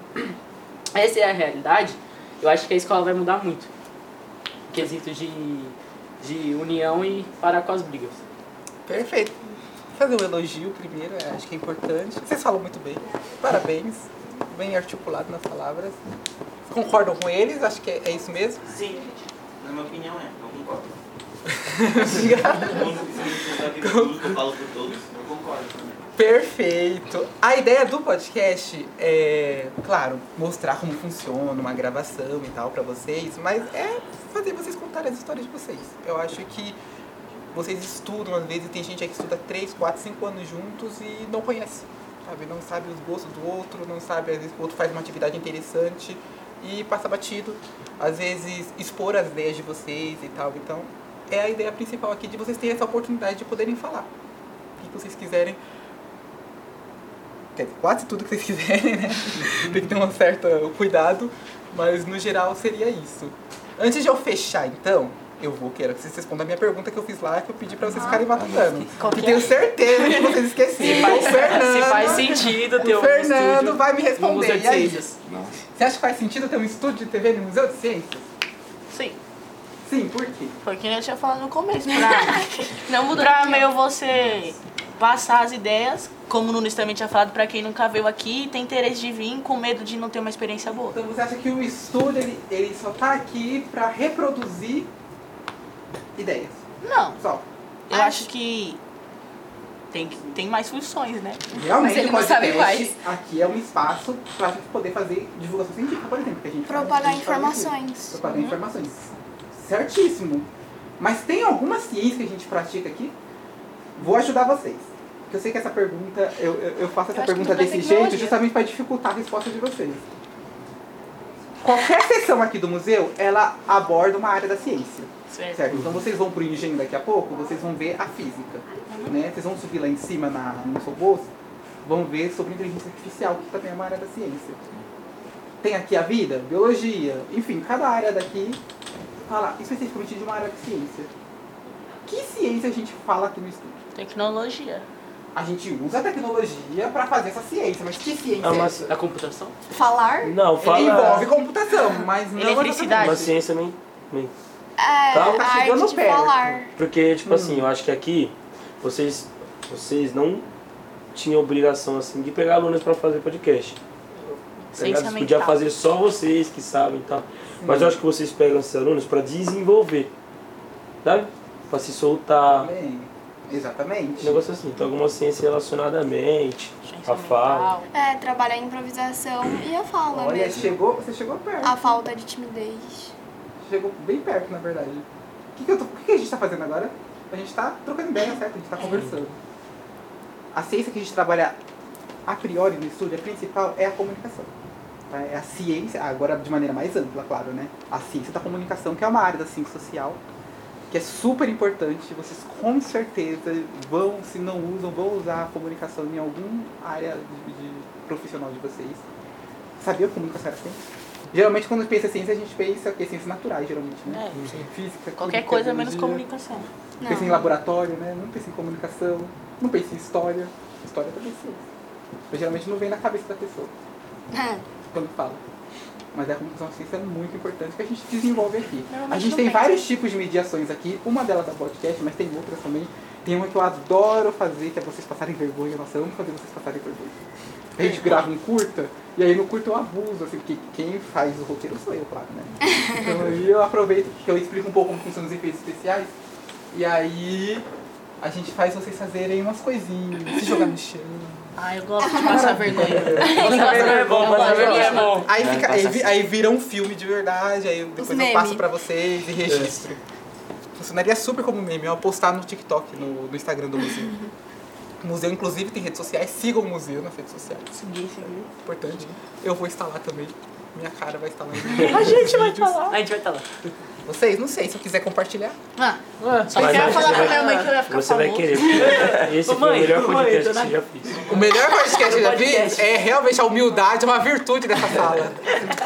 B: essa é a realidade, eu acho que a escola vai mudar muito. Em quesito de, de união e parar com as brigas.
A: Perfeito. Vou Fazer um elogio primeiro, é, acho que é importante. Vocês falam muito bem. Parabéns. Bem articulado nas palavras. Concordam com eles? Acho que é, é isso mesmo.
F: Sim, na minha opinião é, eu concordo.
A: Obrigada.
F: Eu não consigo contar que tudo que eu falo por todos, eu concordo também.
A: Perfeito. A ideia do podcast é, claro, mostrar como funciona uma gravação e tal pra vocês, mas é fazer vocês contarem as histórias de vocês. Eu acho que vocês estudam às vezes, tem gente aí que estuda 3, 4, 5 anos juntos e não conhece, sabe? Não sabe os gostos do outro, não sabe, às vezes o outro faz uma atividade interessante e passa batido. Às vezes expor as ideias de vocês e tal. Então, é a ideia principal aqui de vocês terem essa oportunidade de poderem falar. O que vocês quiserem quer dizer, quase tudo que vocês quiserem, né? Tem que ter um certo cuidado, mas no geral seria isso. Antes de eu fechar, então, eu vou quero que vocês respondam a minha pergunta que eu fiz lá, que eu pedi pra
B: Ah,
A: vocês ficarem matutando.
B: Qual que
A: Que
B: é?
A: tenho certeza que vocês esqueceram.
B: Se faz-
A: o Fernando,
B: se faz sentido ter
A: o
B: um
A: Fernando
B: estúdio
A: vai me
B: no
A: responder.
B: Museu de
A: E aí?
B: Ciências.
A: Você acha que faz sentido ter um estúdio de TV no Museu de Ciências?
I: Sim.
A: Sim, por quê?
I: Foi o que eu tinha falado no começo. Pra, não mudou pra meio você passar as ideias, como o Nunes também tinha falado, pra quem nunca veio aqui e tem interesse de vir com medo de não ter uma experiência boa.
A: Então você acha que o estúdio ele, ele só tá aqui pra reproduzir ideias?
I: Não.
A: Só.
I: Eu acho que tem, que- tem mais funções, né?
A: Realmente,
I: Mas ele
A: o
I: não
A: podcast
I: sabe quais.
A: Aqui é um espaço para a gente poder fazer divulgação científica, por exemplo. Que a gente faz,
E: Propagar
A: a gente faz
E: informações. Uhum.
A: aqui. Propagar informações. Certíssimo. Mas tem alguma ciência que a gente pratica aqui? Vou ajudar vocês. Porque eu sei que essa pergunta, eu, eu, eu faço essa
E: acho que
A: pergunta
E: não vai
A: desse
E: tecnologia.
A: jeito justamente para dificultar a resposta de vocês. Qualquer seção aqui do museu, ela aborda uma área da ciência.
I: Certo.
A: Então vocês vão pro engenho daqui a pouco, vocês vão ver a física. Né? Vocês vão subir lá em cima na, nos robôs, vão ver sobre inteligência artificial, que também é uma área da ciência. Tem aqui a vida, biologia, enfim, cada área daqui fala especificamente de uma área da ciência. Que ciência a gente fala aqui no estudo?
I: Tecnologia.
A: A gente usa a tecnologia para fazer essa ciência, mas que ciência?
G: Ah,
A: é
G: mas-
A: essa?
B: Da computação?
E: falar.
G: Não, fala.
A: Ele envolve computação, mas não é
I: Eletricidade.
G: Uma ciência nem. nem-
E: É,
G: Tá,
A: tá
E: a arte
A: chegando
E: de
A: perto.
E: falar.
G: Porque, tipo assim, eu acho que aqui vocês, vocês não tinham obrigação assim de pegar alunos pra fazer podcast. Tá ligado?
I: Ciência
G: Vocês podiam
I: mental.
G: fazer só vocês que sabem e tal. Mas eu acho que vocês pegam esses alunos pra desenvolver. Sabe? Pra se soltar.
A: Bem,
G: Um
A: Exatamente.
G: negócio assim. Então alguma ciência relacionada à mente, à fala.
E: É, trabalhar a improvisação e a fala
A: Olha,
E: mesmo.
A: chegou, você chegou perto.
E: A falta de timidez.
A: Chegou bem perto, na verdade. O que, que, eu tô- o que que a gente está fazendo agora? A gente está trocando ideia, certo? A gente está conversando. A ciência que a gente trabalha a priori no estudo, a principal, é a comunicação. tá? É a ciência, agora de maneira mais ampla, claro, né? A ciência da comunicação, que é uma área da ciência social, que é super importante. Vocês com certeza vão, se não usam, vão usar a comunicação em alguma área de, de profissional de vocês. Sabia que comunicação era ciência? Geralmente quando pensa em ciência, a gente pensa o quê? Ciências naturais, geralmente, né?
I: É, sim.
A: Física,
I: Qualquer
A: química,
I: coisa menos
A: biologia.
I: comunicação.
A: Não Pensa em laboratório, né? Não pensa em comunicação. Não pensa em história. História também é ciência. Mas geralmente não vem na cabeça da pessoa É. quando fala. Mas a comunicação é uma ciência muito importante que a gente desenvolve aqui. A
I: Normalmente
A: gente
I: não
A: tem
I: pensa.
A: vários tipos de mediações aqui. Uma delas é o podcast, mas tem outras também. Tem uma que eu adoro fazer, que é vocês passarem vergonha. Nossa, eu amo fazer vocês passarem vergonha. A gente grava um curta, e aí no curta eu abuso, assim, porque quem faz o roteiro sou eu, claro, né? Então aí eu aproveito que eu explico um pouco como funcionam os efeitos especiais. E aí a gente faz vocês fazerem umas coisinhas, se jogar no chão.
I: Ah, eu gosto de passar vergonha.
A: Aí, fica- aí vi- aí vira um filme de verdade, aí eu- depois eu
I: meme.
A: passo pra vocês e registro. Funcionaria super como meme, eu postar no TikTok, no, no Instagram do museu. O museu, inclusive, tem redes sociais, sigam o museu nas redes sociais.
I: Seguir, seguir.
A: Importante. Eu vou instalar também. Minha cara vai estar lá.
I: A gente vai falar.
B: A gente vai estar lá.
A: Vocês, não sei, se eu quiser compartilhar.
I: Ah, só
A: Mas
I: quero
A: você
I: falar pra
A: vai-
I: minha mãe que eu ia ficar
G: Você vai
I: famoso.
G: querer. porque Esse
B: Ô,
G: foi o
B: mãe,
G: melhor
B: ô, mãe,
G: podcast
B: tô
G: que
B: na-
G: você já fez.
A: O melhor podcast que eu já vi
B: Podcast.
A: é realmente a humildade, é uma virtude dessa sala.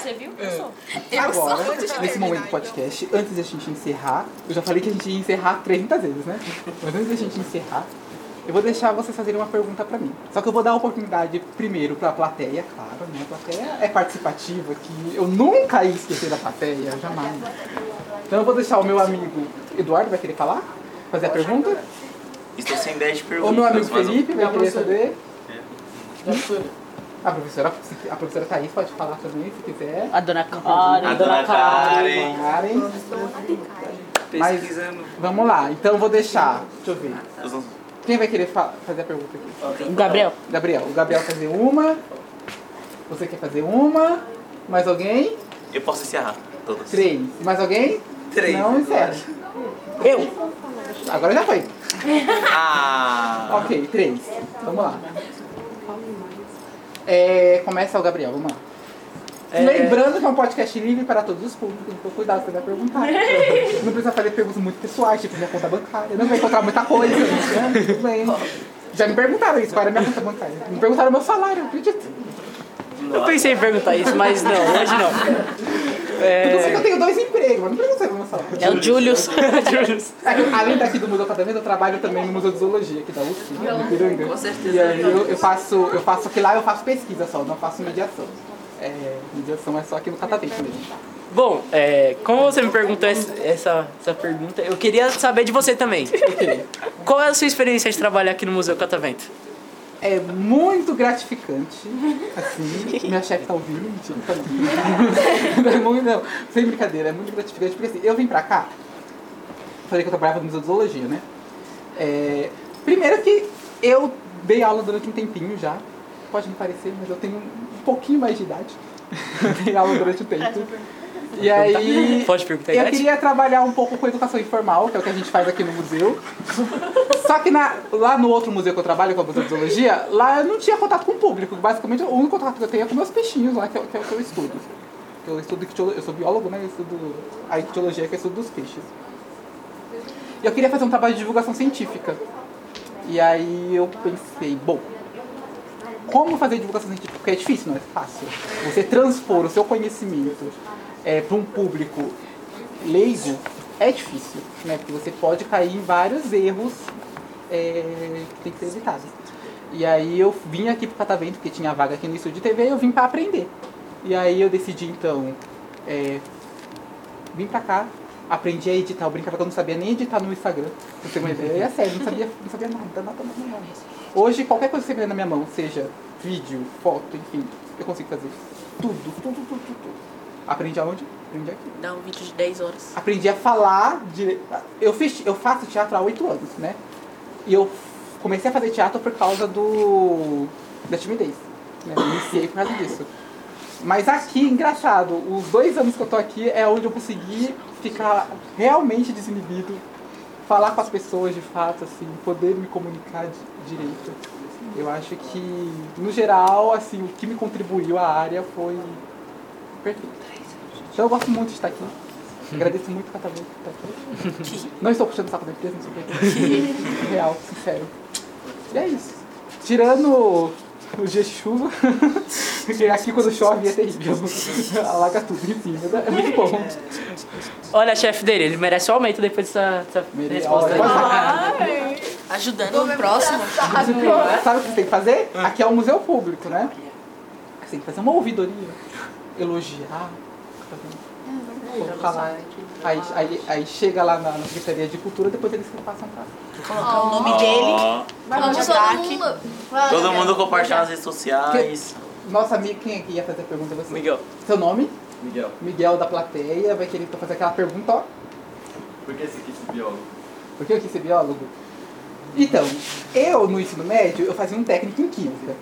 J: Você viu? Eu sou.
A: Agora, nesse momento do podcast, antes da gente encerrar, eu já falei que a gente ia encerrar 30 vezes, né? Mas antes da gente encerrar, eu vou deixar vocês fazerem uma pergunta pra mim. Só que eu vou dar a oportunidade primeiro pra plateia, claro, né? A plateia é participativa aqui. Eu nunca ia esquecer da plateia, jamais. Então eu vou deixar o meu amigo Eduardo, vai querer falar? Fazer a pergunta?
F: Estou sem ideia de perguntas.
A: Ou meu amigo
F: mas-
A: Felipe, vai querer saber?
D: Professora.
A: A professora, a professora Thaís pode falar também, se quiser.
I: A dona
A: Tá
I: Clara.
F: A dona Karen.
A: Karen.
F: Pesquisando.
A: Vamos lá, então vou deixar. Deixa eu ver.
F: Eu sou-
A: Quem vai querer fa- fazer a pergunta aqui?
I: O Gabriel.
A: Gabriel. O Gabriel quer fazer uma. Você quer fazer uma. Mais alguém?
F: Eu posso encerrar todas.
A: Três. Mais alguém?
F: Três,
A: Não,
F: eu
A: encerra. Eu. Agora já foi.
F: Ah!
A: Ok, três. Vamos lá. É, começa o Gabriel, vamos lá. Lembrando que é um podcast livre para todos os públicos, então cuidado, você vai perguntar. Não precisa fazer perguntas muito pessoais, tipo minha conta bancária. Não vai encontrar muita coisa, né? Tudo bem. Já me perguntaram isso, qual era minha conta bancária. Me perguntaram meu salário, eu acredito.
B: Eu pensei em perguntar isso, mas não, hoje não.
A: Eu sei que
B: É,
A: eu tenho dois empregos, mas não perguntei meu salário.
I: É o Julius.
B: Julius.
A: É que, Além daqui do Museu Catavento, eu trabalho também no Museu de Zoologia aqui da USP, né, no Ipiranga. Com certeza. E aí eu, eu faço, eu faço que lá eu faço pesquisa só, não faço mediação. É, mediação é só aqui no Catavento mesmo.
B: Bom, é, como você me perguntou essa, essa, essa pergunta, eu queria saber de você também.
A: Ok.
B: Qual é a sua experiência de trabalhar aqui no Museu Catavento?
A: É muito gratificante, assim, minha chefe tá ouvindo, mentira, tá ouvindo. não, é muito- não, sem brincadeira, é muito gratificante, porque assim, eu vim pra cá, falei que eu trabalhava no Museu de Zoologia, né? É, primeiro que eu dei aula durante um tempinho já, pode me parecer, mas eu tenho um pouquinho mais de idade, dei aula durante um tempo.
E: É.
A: E aí,
B: Pode perguntar a
A: eu
B: idade?
A: queria trabalhar um pouco com educação informal, que é o que a gente faz aqui no museu. Só que na- lá no outro museu que eu trabalho, que é o Museu de Zoologia, lá eu não tinha contato com o público. Basicamente, o único contato que eu tenho é com meus peixinhos lá, que é, o- que é o que eu estudo. Eu estudo ictiolo- eu sou biólogo, né? Eu estudo a ictiologia, que é o estudo dos peixes. E eu queria fazer um trabalho de divulgação científica. E aí eu pensei, bom, como fazer divulgação científica? Porque é difícil, não é fácil. Você transpor o seu conhecimento para um público leigo é difícil, né? Porque você pode cair em vários erros é, que tem que ser evitados. E aí eu vim aqui pro Catavento, porque tinha vaga aqui no estúdio de TV, eu vim para aprender. E aí eu decidi, então, é, vim pra cá, aprendi a editar. Eu brincava que eu não sabia nem editar no Instagram. Pra você ter uma ideia, eu ia sério, não sabia, não sabia nada, nada, nada, nada. Hoje, qualquer coisa que você me dê na minha mão, seja vídeo, foto, enfim, eu consigo fazer tudo, tudo, tudo, tudo. tudo. Aprendi aonde? Aprendi aqui
I: Dá um vídeo de 10 horas.
A: aprendi a falar. dire- Eu, fiz, eu faço teatro há oito anos, né? E eu comecei a fazer teatro por causa do da timidez. Né? Eu iniciei por causa disso. Mas aqui, engraçado, os dois anos que eu tô aqui é onde eu consegui ficar realmente desinibido, falar com as pessoas de fato, assim, poder me comunicar di- direito. Eu acho que, no geral, assim, o que me contribuiu à área foi perfeito. Então eu gosto muito de estar aqui. Agradeço muito o Catavento por estar aqui. Não estou puxando o saco da empresa, não sei o que. Real, sincero. E é isso. Tirando os dias de chuva, porque aqui quando chove é terrível. Alaga tudo, enfim. mas É muito bom.
B: Olha, chefe dele, ele merece o aumento depois dessa, dessa
A: Mere-
B: resposta aí.
A: olha,
I: Ajudando o próximo.
A: Sabe o que você tem que fazer? Aqui é um museu público,
B: Ah.
A: né? Você tem que fazer uma ouvidoria. Elogiar. colocar lá. Aí, aí, aí chega lá na, na Secretaria de Cultura, depois eles que passam pra
I: Colocar o nome dele.
E: Vamos
I: Vamos
E: todo
I: ataque.
E: mundo.
A: Todo mundo
E: compartilhar
A: nas redes sociais. Nossa, amiga, quem aqui ia fazer a pergunta? Você?
K: Miguel.
A: Seu nome?
K: Miguel.
A: Miguel da plateia vai querer fazer aquela pergunta, ó.
F: Por que você quis ser biólogo?
A: Por que eu quis ser biólogo? Então, eu no ensino médio, eu fazia um técnico em química.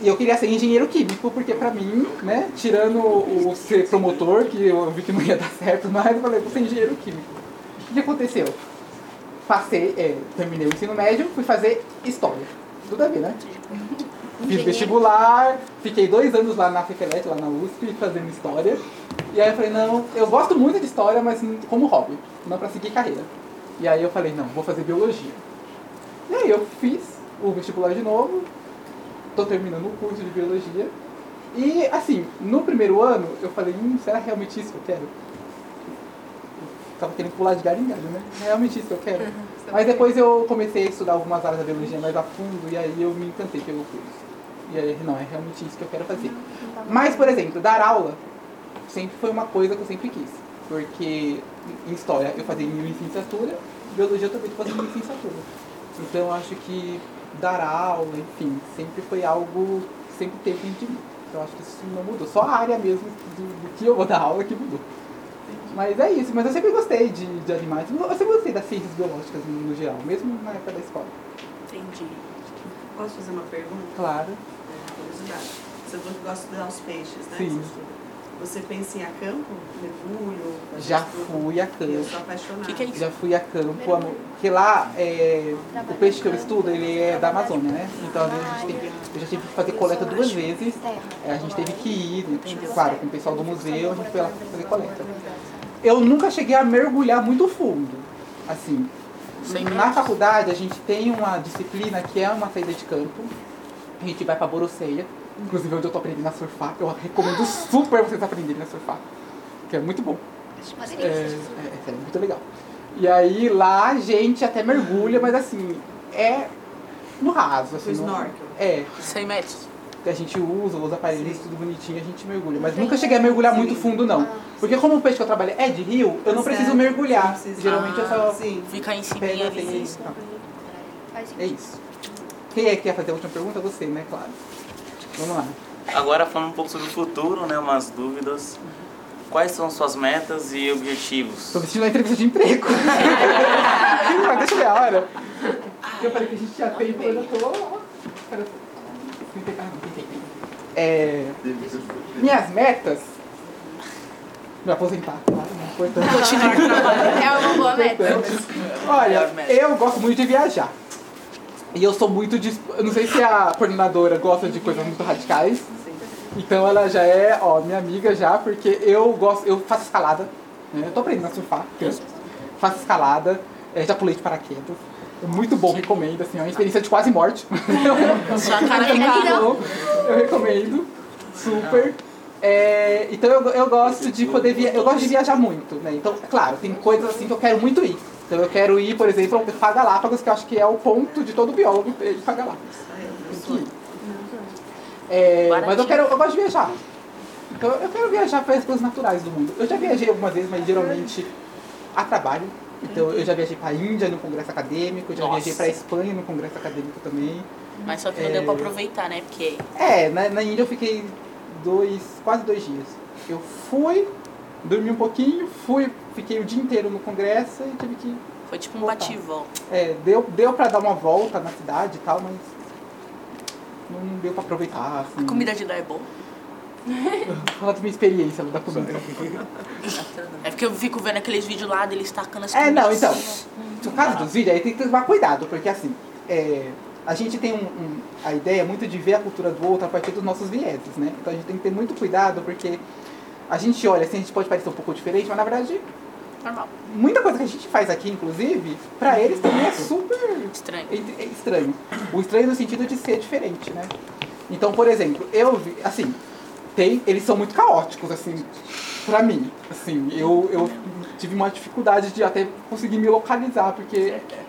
A: E eu queria ser engenheiro químico, porque pra mim, né, tirando o o ser promotor, que eu vi que não ia dar certo mais, eu falei, vou ser engenheiro químico. O que aconteceu? Passei, é, terminei o ensino médio, fui fazer história. Tudo a ver, né? Fiz vestibular, fiquei dois anos lá na FEFELET, lá na USP, fazendo história. E aí eu falei, não, eu gosto muito de história, mas como hobby, não pra seguir carreira. E aí eu falei, não, vou fazer biologia. E aí eu fiz o vestibular de novo, tô terminando o curso de biologia. E assim, no primeiro ano eu falei, hum, será realmente isso que eu quero? Eu tava querendo pular de galho em galho, né? É realmente isso que eu quero. Mas depois eu comecei a estudar algumas áreas da biologia mais a fundo e aí eu me encantei pelo curso. E aí, não, é realmente isso que eu quero fazer. Mas, por exemplo, dar aula sempre foi uma coisa que eu sempre quis. Porque em história eu fazia em licenciatura, biologia eu também tô fazendo em licenciatura. Então eu acho que dar aula, enfim, sempre foi algo que sempre teve dentro de mim. Então eu acho que isso não mudou. Só a área mesmo do, do que eu vou dar aula que mudou. Mas é isso, mas eu sempre gostei de, de animais. Eu sempre gostei das ciências biológicas no, no geral, mesmo na época da escola.
H: Entendi. Posso fazer uma pergunta?
A: Claro.
H: É, curiosidade. Você falou que gosta de estudar os peixes, né?
A: Sim.
H: Você pensa em ir a campo? Mergulho?
A: Já fui a
H: Eu sou
A: campo.
H: apaixonada.
I: é
A: Já fui a campo, amor. Porque lá, é, o peixe que eu estudo, ele é da Amazônia, né? Então, às vezes, a gente tem, eu já tive que fazer coleta duas vezes. É, a gente teve que ir, né? claro, com o pessoal do museu, a gente foi lá fazer coleta. Eu nunca cheguei a mergulhar muito fundo, assim. Na faculdade, a gente tem uma disciplina que é uma saída de campo. A gente vai pra Boroceia, inclusive é onde eu tô aprendendo a surfar. Eu recomendo super vocês aprenderem a surfar, que é muito bom. É, é, é muito legal. E aí lá a gente até mergulha, mas assim, é no raso. Assim,
I: No
A: não-
I: snorkel.
A: É.
I: 100 metros.
A: Que a gente usa, os aparelhos, tudo bonitinho, a gente mergulha. Mas nunca cheguei a mergulhar muito fundo, não. Porque como o peixe que eu trabalho é de rio, eu não preciso merghar. mergulhar. Geralmente eu
D: Ah,
A: só
I: Fica em cima
A: pego
I: ali.
A: assim. tá. É isso. Quem é que quer fazer a última pergunta? Você, né? Claro. Vamos lá.
K: Agora falando um pouco sobre o futuro, né? Umas dúvidas. Quais são suas metas e objetivos?
A: Tô assistindo a entrevista de emprego. Mas deixa eu ver a hora. Eu falei que a gente tinha tempo, mas eu tô... Pera- É, minhas metas... Me aposentar, claro, né? Importante.
E: Continuar trabalhando. É uma boa meta.
A: Importante. Olha, eu gosto muito de viajar. E eu sou muito... disp- Eu não sei se a coordenadora gosta de coisas muito radicais. Então ela já é, ó, minha amiga já, porque eu gosto... Eu faço escalada. né? Eu tô aprendendo a surfar. Faço escalada. eh, Já pulei de paraquedas. É Muito bom, recomendo. Assim, é uma experiência de quase morte.
I: Sua cara
A: É muito
I: fica-
A: bom, Eu recomendo. Super. É, então eu, eu gosto de poder via... eu gosto de viajar muito, né? Então, é claro, tem coisas assim que eu quero muito ir. Então eu quero ir, por exemplo, para Galápagos, que eu acho que é o ponto de todo biólogo ir para Galápagos. Tem que ir. É, mas eu quero, eu gosto de viajar. Então eu quero viajar para as coisas naturais do mundo. Eu já viajei algumas vezes, mas geralmente a trabalho. Então eu já viajei para a Índia no congresso acadêmico, eu já
I: Nossa.
A: viajei para a Espanha no congresso acadêmico também.
I: Mas só que não
A: É.
I: deu pra aproveitar, né? Porque
A: É, na, na Índia eu fiquei dois, quase dois dias. Eu fui, dormi um pouquinho, fui, fiquei o dia inteiro no congresso e tive que.
I: foi tipo um bativão.
A: É, deu, deu pra dar uma volta na cidade e tal, mas. Não, não deu pra aproveitar. Assim.
I: Comida de lá é boa.
A: Fala da minha experiência né, da comida.
I: É porque eu fico vendo aqueles vídeos lá deles tacando as
A: É,
I: comidas
A: não, então.
I: assim,
A: No caso dos vídeos, aí tem que tomar cuidado, porque assim, é, a gente tem um- um- a ideia muito de ver a cultura do outro a partir dos nossos vieses, né? Então a gente tem que ter muito cuidado, porque a gente olha assim, a gente pode parecer um pouco diferente, mas na verdade,
I: ó. Normal.
A: muita coisa que a gente faz aqui, inclusive, pra eles também é super estranho. É estranho. O estranho no sentido de ser diferente, né? Então, por exemplo, eu vi, assim, tem, eles são muito caóticos, assim, pra mim. Assim, eu, eu tive uma dificuldade de até conseguir me localizar, porque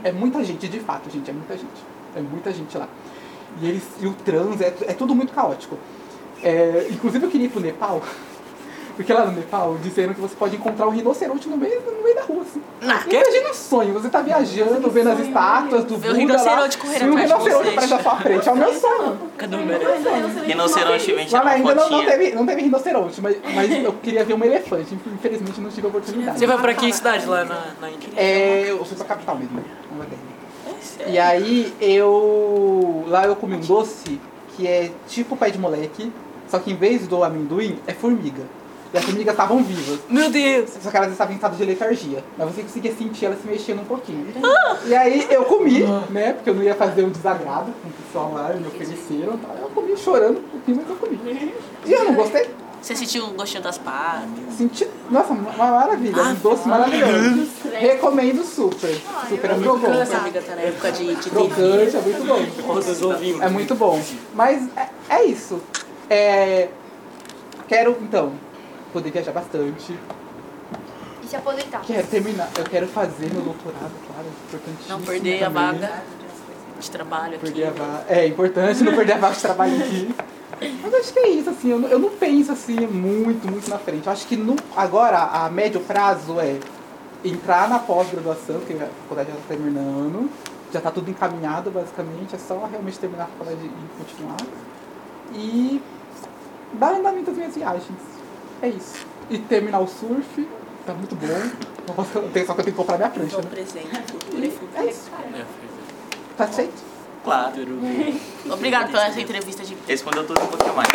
A: é, é muita gente, de fato, gente, é muita gente. É muita gente lá. E eles, e o trans, é, é tudo muito caótico. É, inclusive eu queria ir pro Nepal, Porque lá no Nepal disseram que você pode encontrar um rinoceronte no meio, no meio da rua, assim.
L: Ah,
A: Imagina um sonho, você tá viajando, vendo as estátuas do Buda
I: Ver o
A: lá,
I: rinoceronte correndo
A: e um
I: atrás de
A: rinoceronte
I: vocês.
A: atrás da sua frente. É o meu sonho.
I: Cadê
A: o
K: Rinoceronte vem tirar
A: Mas
K: uma
A: ainda não, não,
K: fotinha.
A: teve, não teve rinoceronte, mas, mas eu queria ver um elefante. Infelizmente não tive a oportunidade.
L: Você vai pra que cidade lá na, na Índia? É
A: É, eu fui pra capital mesmo. uma Delhi. E aí eu. Lá eu comi um doce que é tipo pé de moleque, só que em vez do amendoim é formiga. E as formigas estavam vivas.
L: Meu Deus!
A: Só que elas estavam em estado de letargia. Mas você conseguia sentir elas se mexendo um pouquinho. E aí eu comi, né? Porque eu não ia fazer um desagrado com o pessoal lá, me ofereceram. e tal. Eu comi chorando um pouquinho, mas eu comi. E eu não gostei.
I: Você sentiu o gostinho das patas?
A: Senti, nossa, uma uma maravilha, um doce maravilhoso. Recomendo super. Super é muito bom.
I: Quando essa amiga tá na época de, de
A: Crocante, é muito bom. É muito bom. Mas é, é isso. É, quero, então, poder viajar bastante.
E: E se aposentar.
A: Quero terminar. Eu quero fazer meu doutorado, claro. é Importantíssimo.
I: Tá. Não perder a
A: também. né?
I: vaga de trabalho aqui.
A: Perder a vaga. É importante não perder a vaga de trabalho aqui. Mas acho que é isso, assim, eu não, eu não penso assim muito, muito na frente. Eu acho que no, agora, a médio prazo, é entrar na pós-graduação, que a faculdade já está terminando, já está tudo encaminhado basicamente, é só realmente terminar a faculdade e continuar. E dar andamento às minhas viagens. É isso. E terminar o surf, tá muito bom. Nossa, eu tenho- Só que eu tenho que comprar minha prancha.
I: Um
A: Né? É
I: presente, futuro e futuro.
A: Tá feito?
K: Claro.
I: Obrigado pela essa entrevista de
K: Respondeu tudo um pouquinho mais.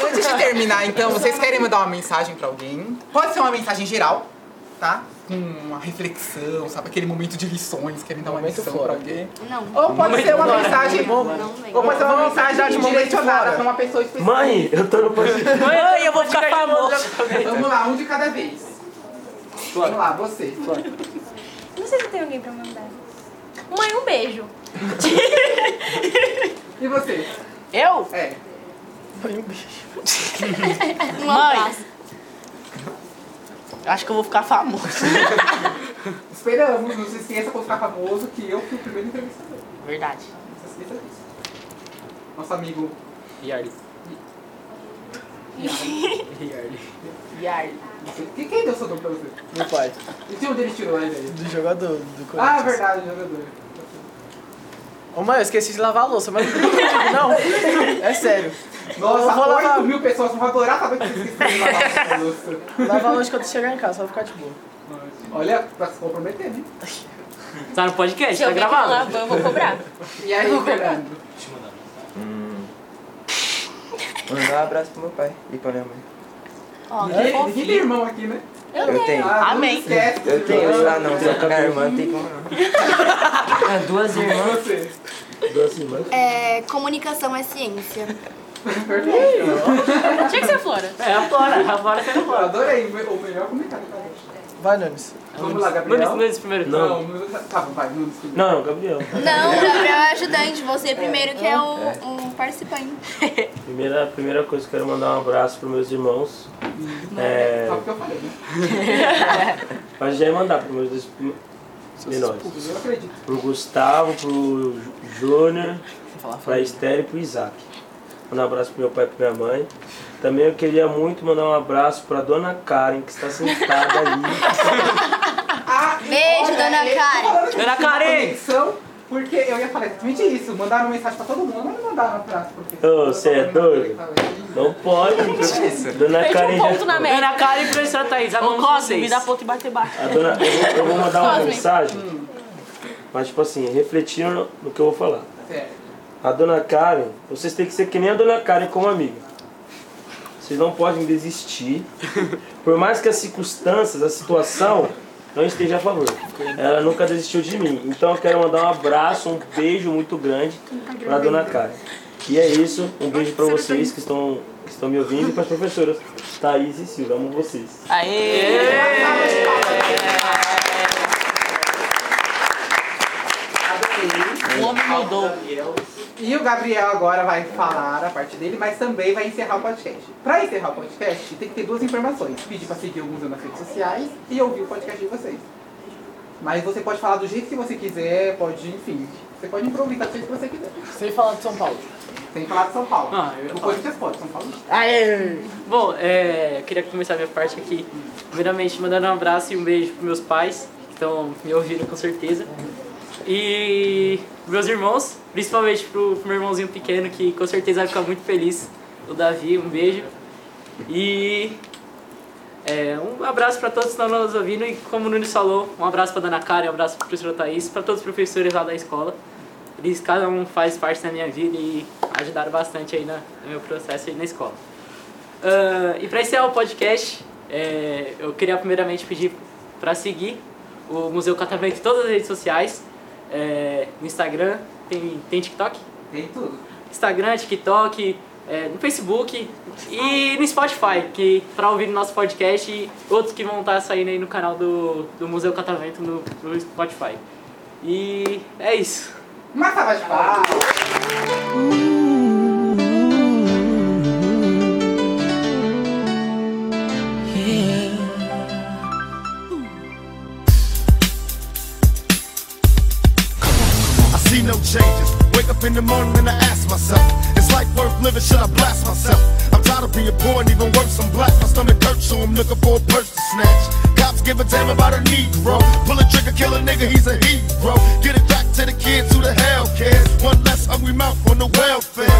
A: Antes de terminar, então, vocês querem mandar uma mensagem pra alguém? Pode ser uma mensagem geral, tá? Com uma reflexão, sabe? Aquele momento de lições, querem dar uma lição pra alguém.
E: Não.
A: Ou pode
E: Momento
A: ser uma
E: fora.
A: mensagem. Ou pode ser uma mensagem direcionada pra uma pessoa específica.
G: Mãe, eu tô no podcast.
A: Mãe, eu vou ficar famoso. Vamos lá, um de cada vez. Vamos lá, você.
J: Não sei se tem alguém pra mandar. Mãe, um beijo.
A: E você?
I: Eu?
A: É.
I: Mãe, um beijo.
J: Um
I: Mãe, acho que eu vou ficar famoso.
A: Esperamos, não se esqueça quando ficar famoso que eu fui o primeiro entrevistador.
I: Verdade.
A: Não se esqueça disso. Nosso amigo.
B: Yarly.
A: Yarly. Yarly. Quem deu seu nome pra você?
D: Meu pai.
A: E de onde ele tirou ele aí?
D: Do jogador do Corinthians.
A: Ah, é verdade, jogador.
D: Ô mãe, eu esqueci de lavar a louça, mas não tem motivo, não. É sério.
A: Nossa,
D: eu vou
A: 8
D: lavar,
A: mil pessoas vão adorar saber que você esqueceu de lavar a louça.
D: lavar a louça quando chegar em casa, só ficar de boa.
A: Olha, pra se comprometer, né?
L: Tá no podcast,
J: Se
L: tá
J: eu ver que não
L: gravado.
J: lavou, eu vou cobrar.
A: E aí, Fernando?
C: Hum. Mandar um abraço pro meu pai e pra minha mãe.
I: Ó, que
A: Ninguém ninguém
I: fofinho.
A: tem irmão aqui, né?
I: Eu
C: Eu tenho.
A: Ah, não
I: Amém.
A: esquece.
C: Eu tenho, ah não, só que minha irmã tem como não. Ah,
B: É,
C: duas irmãs.
G: Duas irmãs.
E: É, comunicação é ciência.
I: Tinha que ser Flora.
B: É, a Flora, a Flora saiu fora.
A: Adorei, o melhor comentário. tá?
D: Vai, Nunes.
A: Vamos lá, Gabriel.
G: Nunes, Nunes primeiro.
A: Não, Nunes- tá bom, vai, Nunes primeiro.
G: Não, não, Gabriel.
E: Não, Gabriel é ajudante, você primeiro que é o, o participante.
G: Primeira, primeira coisa, quero mandar um abraço pros meus irmãos. É,
A: Só porque eu falei, né?
G: mas já ia mandar pros meus dois prim- menores.
A: Eu acredito.
G: Pro Gustavo, pro Jú- Júnior, pra Esther e pro Isaac. Mandar um abraço pro meu pai e pra minha mãe. Também eu queria muito mandar um abraço pra dona Karen, que está sentada ali.
E: Beijo, dona Karen.
G: Dona Karen!
A: Ah, Conexão, Porque eu ia falar exatamente isso, mandaram mensagem pra todo mundo, mas não mandaram pra
G: Ô, você é doido? Não pode. Dona
I: um
G: Karen já...
B: Ana Karen e professora Thaís,
I: Ô,
B: amamos
I: Cosme,
B: vocês.
I: me dá ponto e bate baixo.
G: A dona, eu, vou, eu vou mandar uma
I: Cosme.
G: mensagem, mas tipo assim, refletindo no que eu vou falar.
A: Certo.
G: A dona Karen, vocês têm que ser que nem a dona Karen como amiga. Vocês não podem desistir, por mais que as circunstâncias, a situação não esteja a favor. Ela nunca desistiu de mim. Então eu quero mandar um abraço, um beijo muito grande para dona Karen. E é isso, um beijo para vocês que estão, que estão me ouvindo e para as professoras Thaís e Silvia. Amo vocês.
I: Aê!
A: O homem mudou. E o Gabriel agora vai falar a parte dele, mas também vai encerrar o podcast. Pra encerrar o podcast, tem que ter duas informações. Pedir pra seguir o Museu nas redes sociais e ouvir o podcast de vocês. Mas você pode falar do jeito que você quiser, pode, enfim. Você pode improvisar do jeito que você quiser.
D: Sem falar de São Paulo.
A: Tem que falar de São Paulo.
B: Ah, eu ia
A: Depois
B: falar.
A: vocês podem, São Paulo.
B: Aê! Bom, é, eu queria começar minha parte aqui, primeiramente mandando um abraço e um beijo pros meus pais, que estão me ouvindo com certeza. E meus irmãos, principalmente pro, pro meu irmãozinho pequeno, que com certeza vai ficar muito feliz, o Davi, um beijo. E é, um abraço para todos que estão nos ouvindo e como o Nunes falou, um abraço para a Dona Karen, um abraço para a professora Thaís, para todos os professores lá da escola. Eles, cada um faz parte da minha vida e ajudaram bastante aí na, no meu processo aí na escola. Ah, e para encerrar o podcast, é, eu queria primeiramente pedir para seguir o Museu Catavento em todas as redes sociais, é, no Instagram, tem, tem TikTok?
A: Tem tudo.
B: Instagram, TikTok, é, no Facebook e no Spotify, que para ouvir o nosso podcast e outros que vão estar saindo aí no canal do, do Museu Catavento no, no Spotify. E é isso.
A: Uma salva de palmas.
I: I see no changes. Wake up in the morning and I ask myself, is life worth living? Should I blast myself? I'm tired of being poor and even worse, I'm black. My stomach hurts, so I'm looking for a purse to snatch. Cops give a damn about a Negro. Pull a trigger, kill a nigga, he's a hero. Get it back to the kids who the hell cares. One less hungry mouth on the welfare.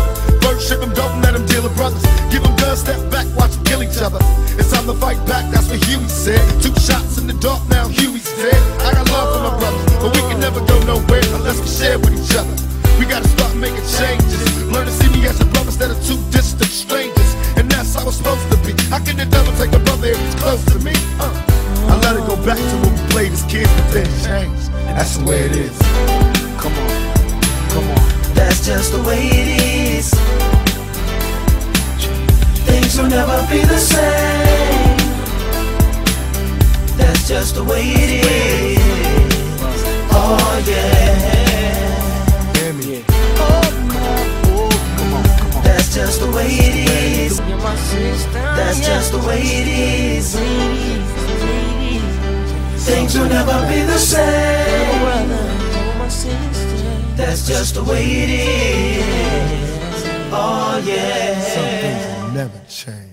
I: Worship them, don't let them deal with brothers. Give them guns, step back, watch them kill each other. It's time to fight back, that's what Huey said. Two shots in the dark, now Huey's dead. I got love for my brothers, but we can never go nowhere unless we share with each other. We gotta start making changes. Learn to see me as a brother instead of two distant strangers. And that's how it's supposed to be. How can the devil take a brother if he's close to me? Uh. I let it go back to when we played as kids, but then it changed. That's the way it is. Come on, come on.
D: That's just the way it is. Things will never be the same. That's just the way it is. Oh yeah. That's just the way it is. That's just the way it is. Things will never be the same. That's just the way it is. Oh yeah.
I: Some things will never change.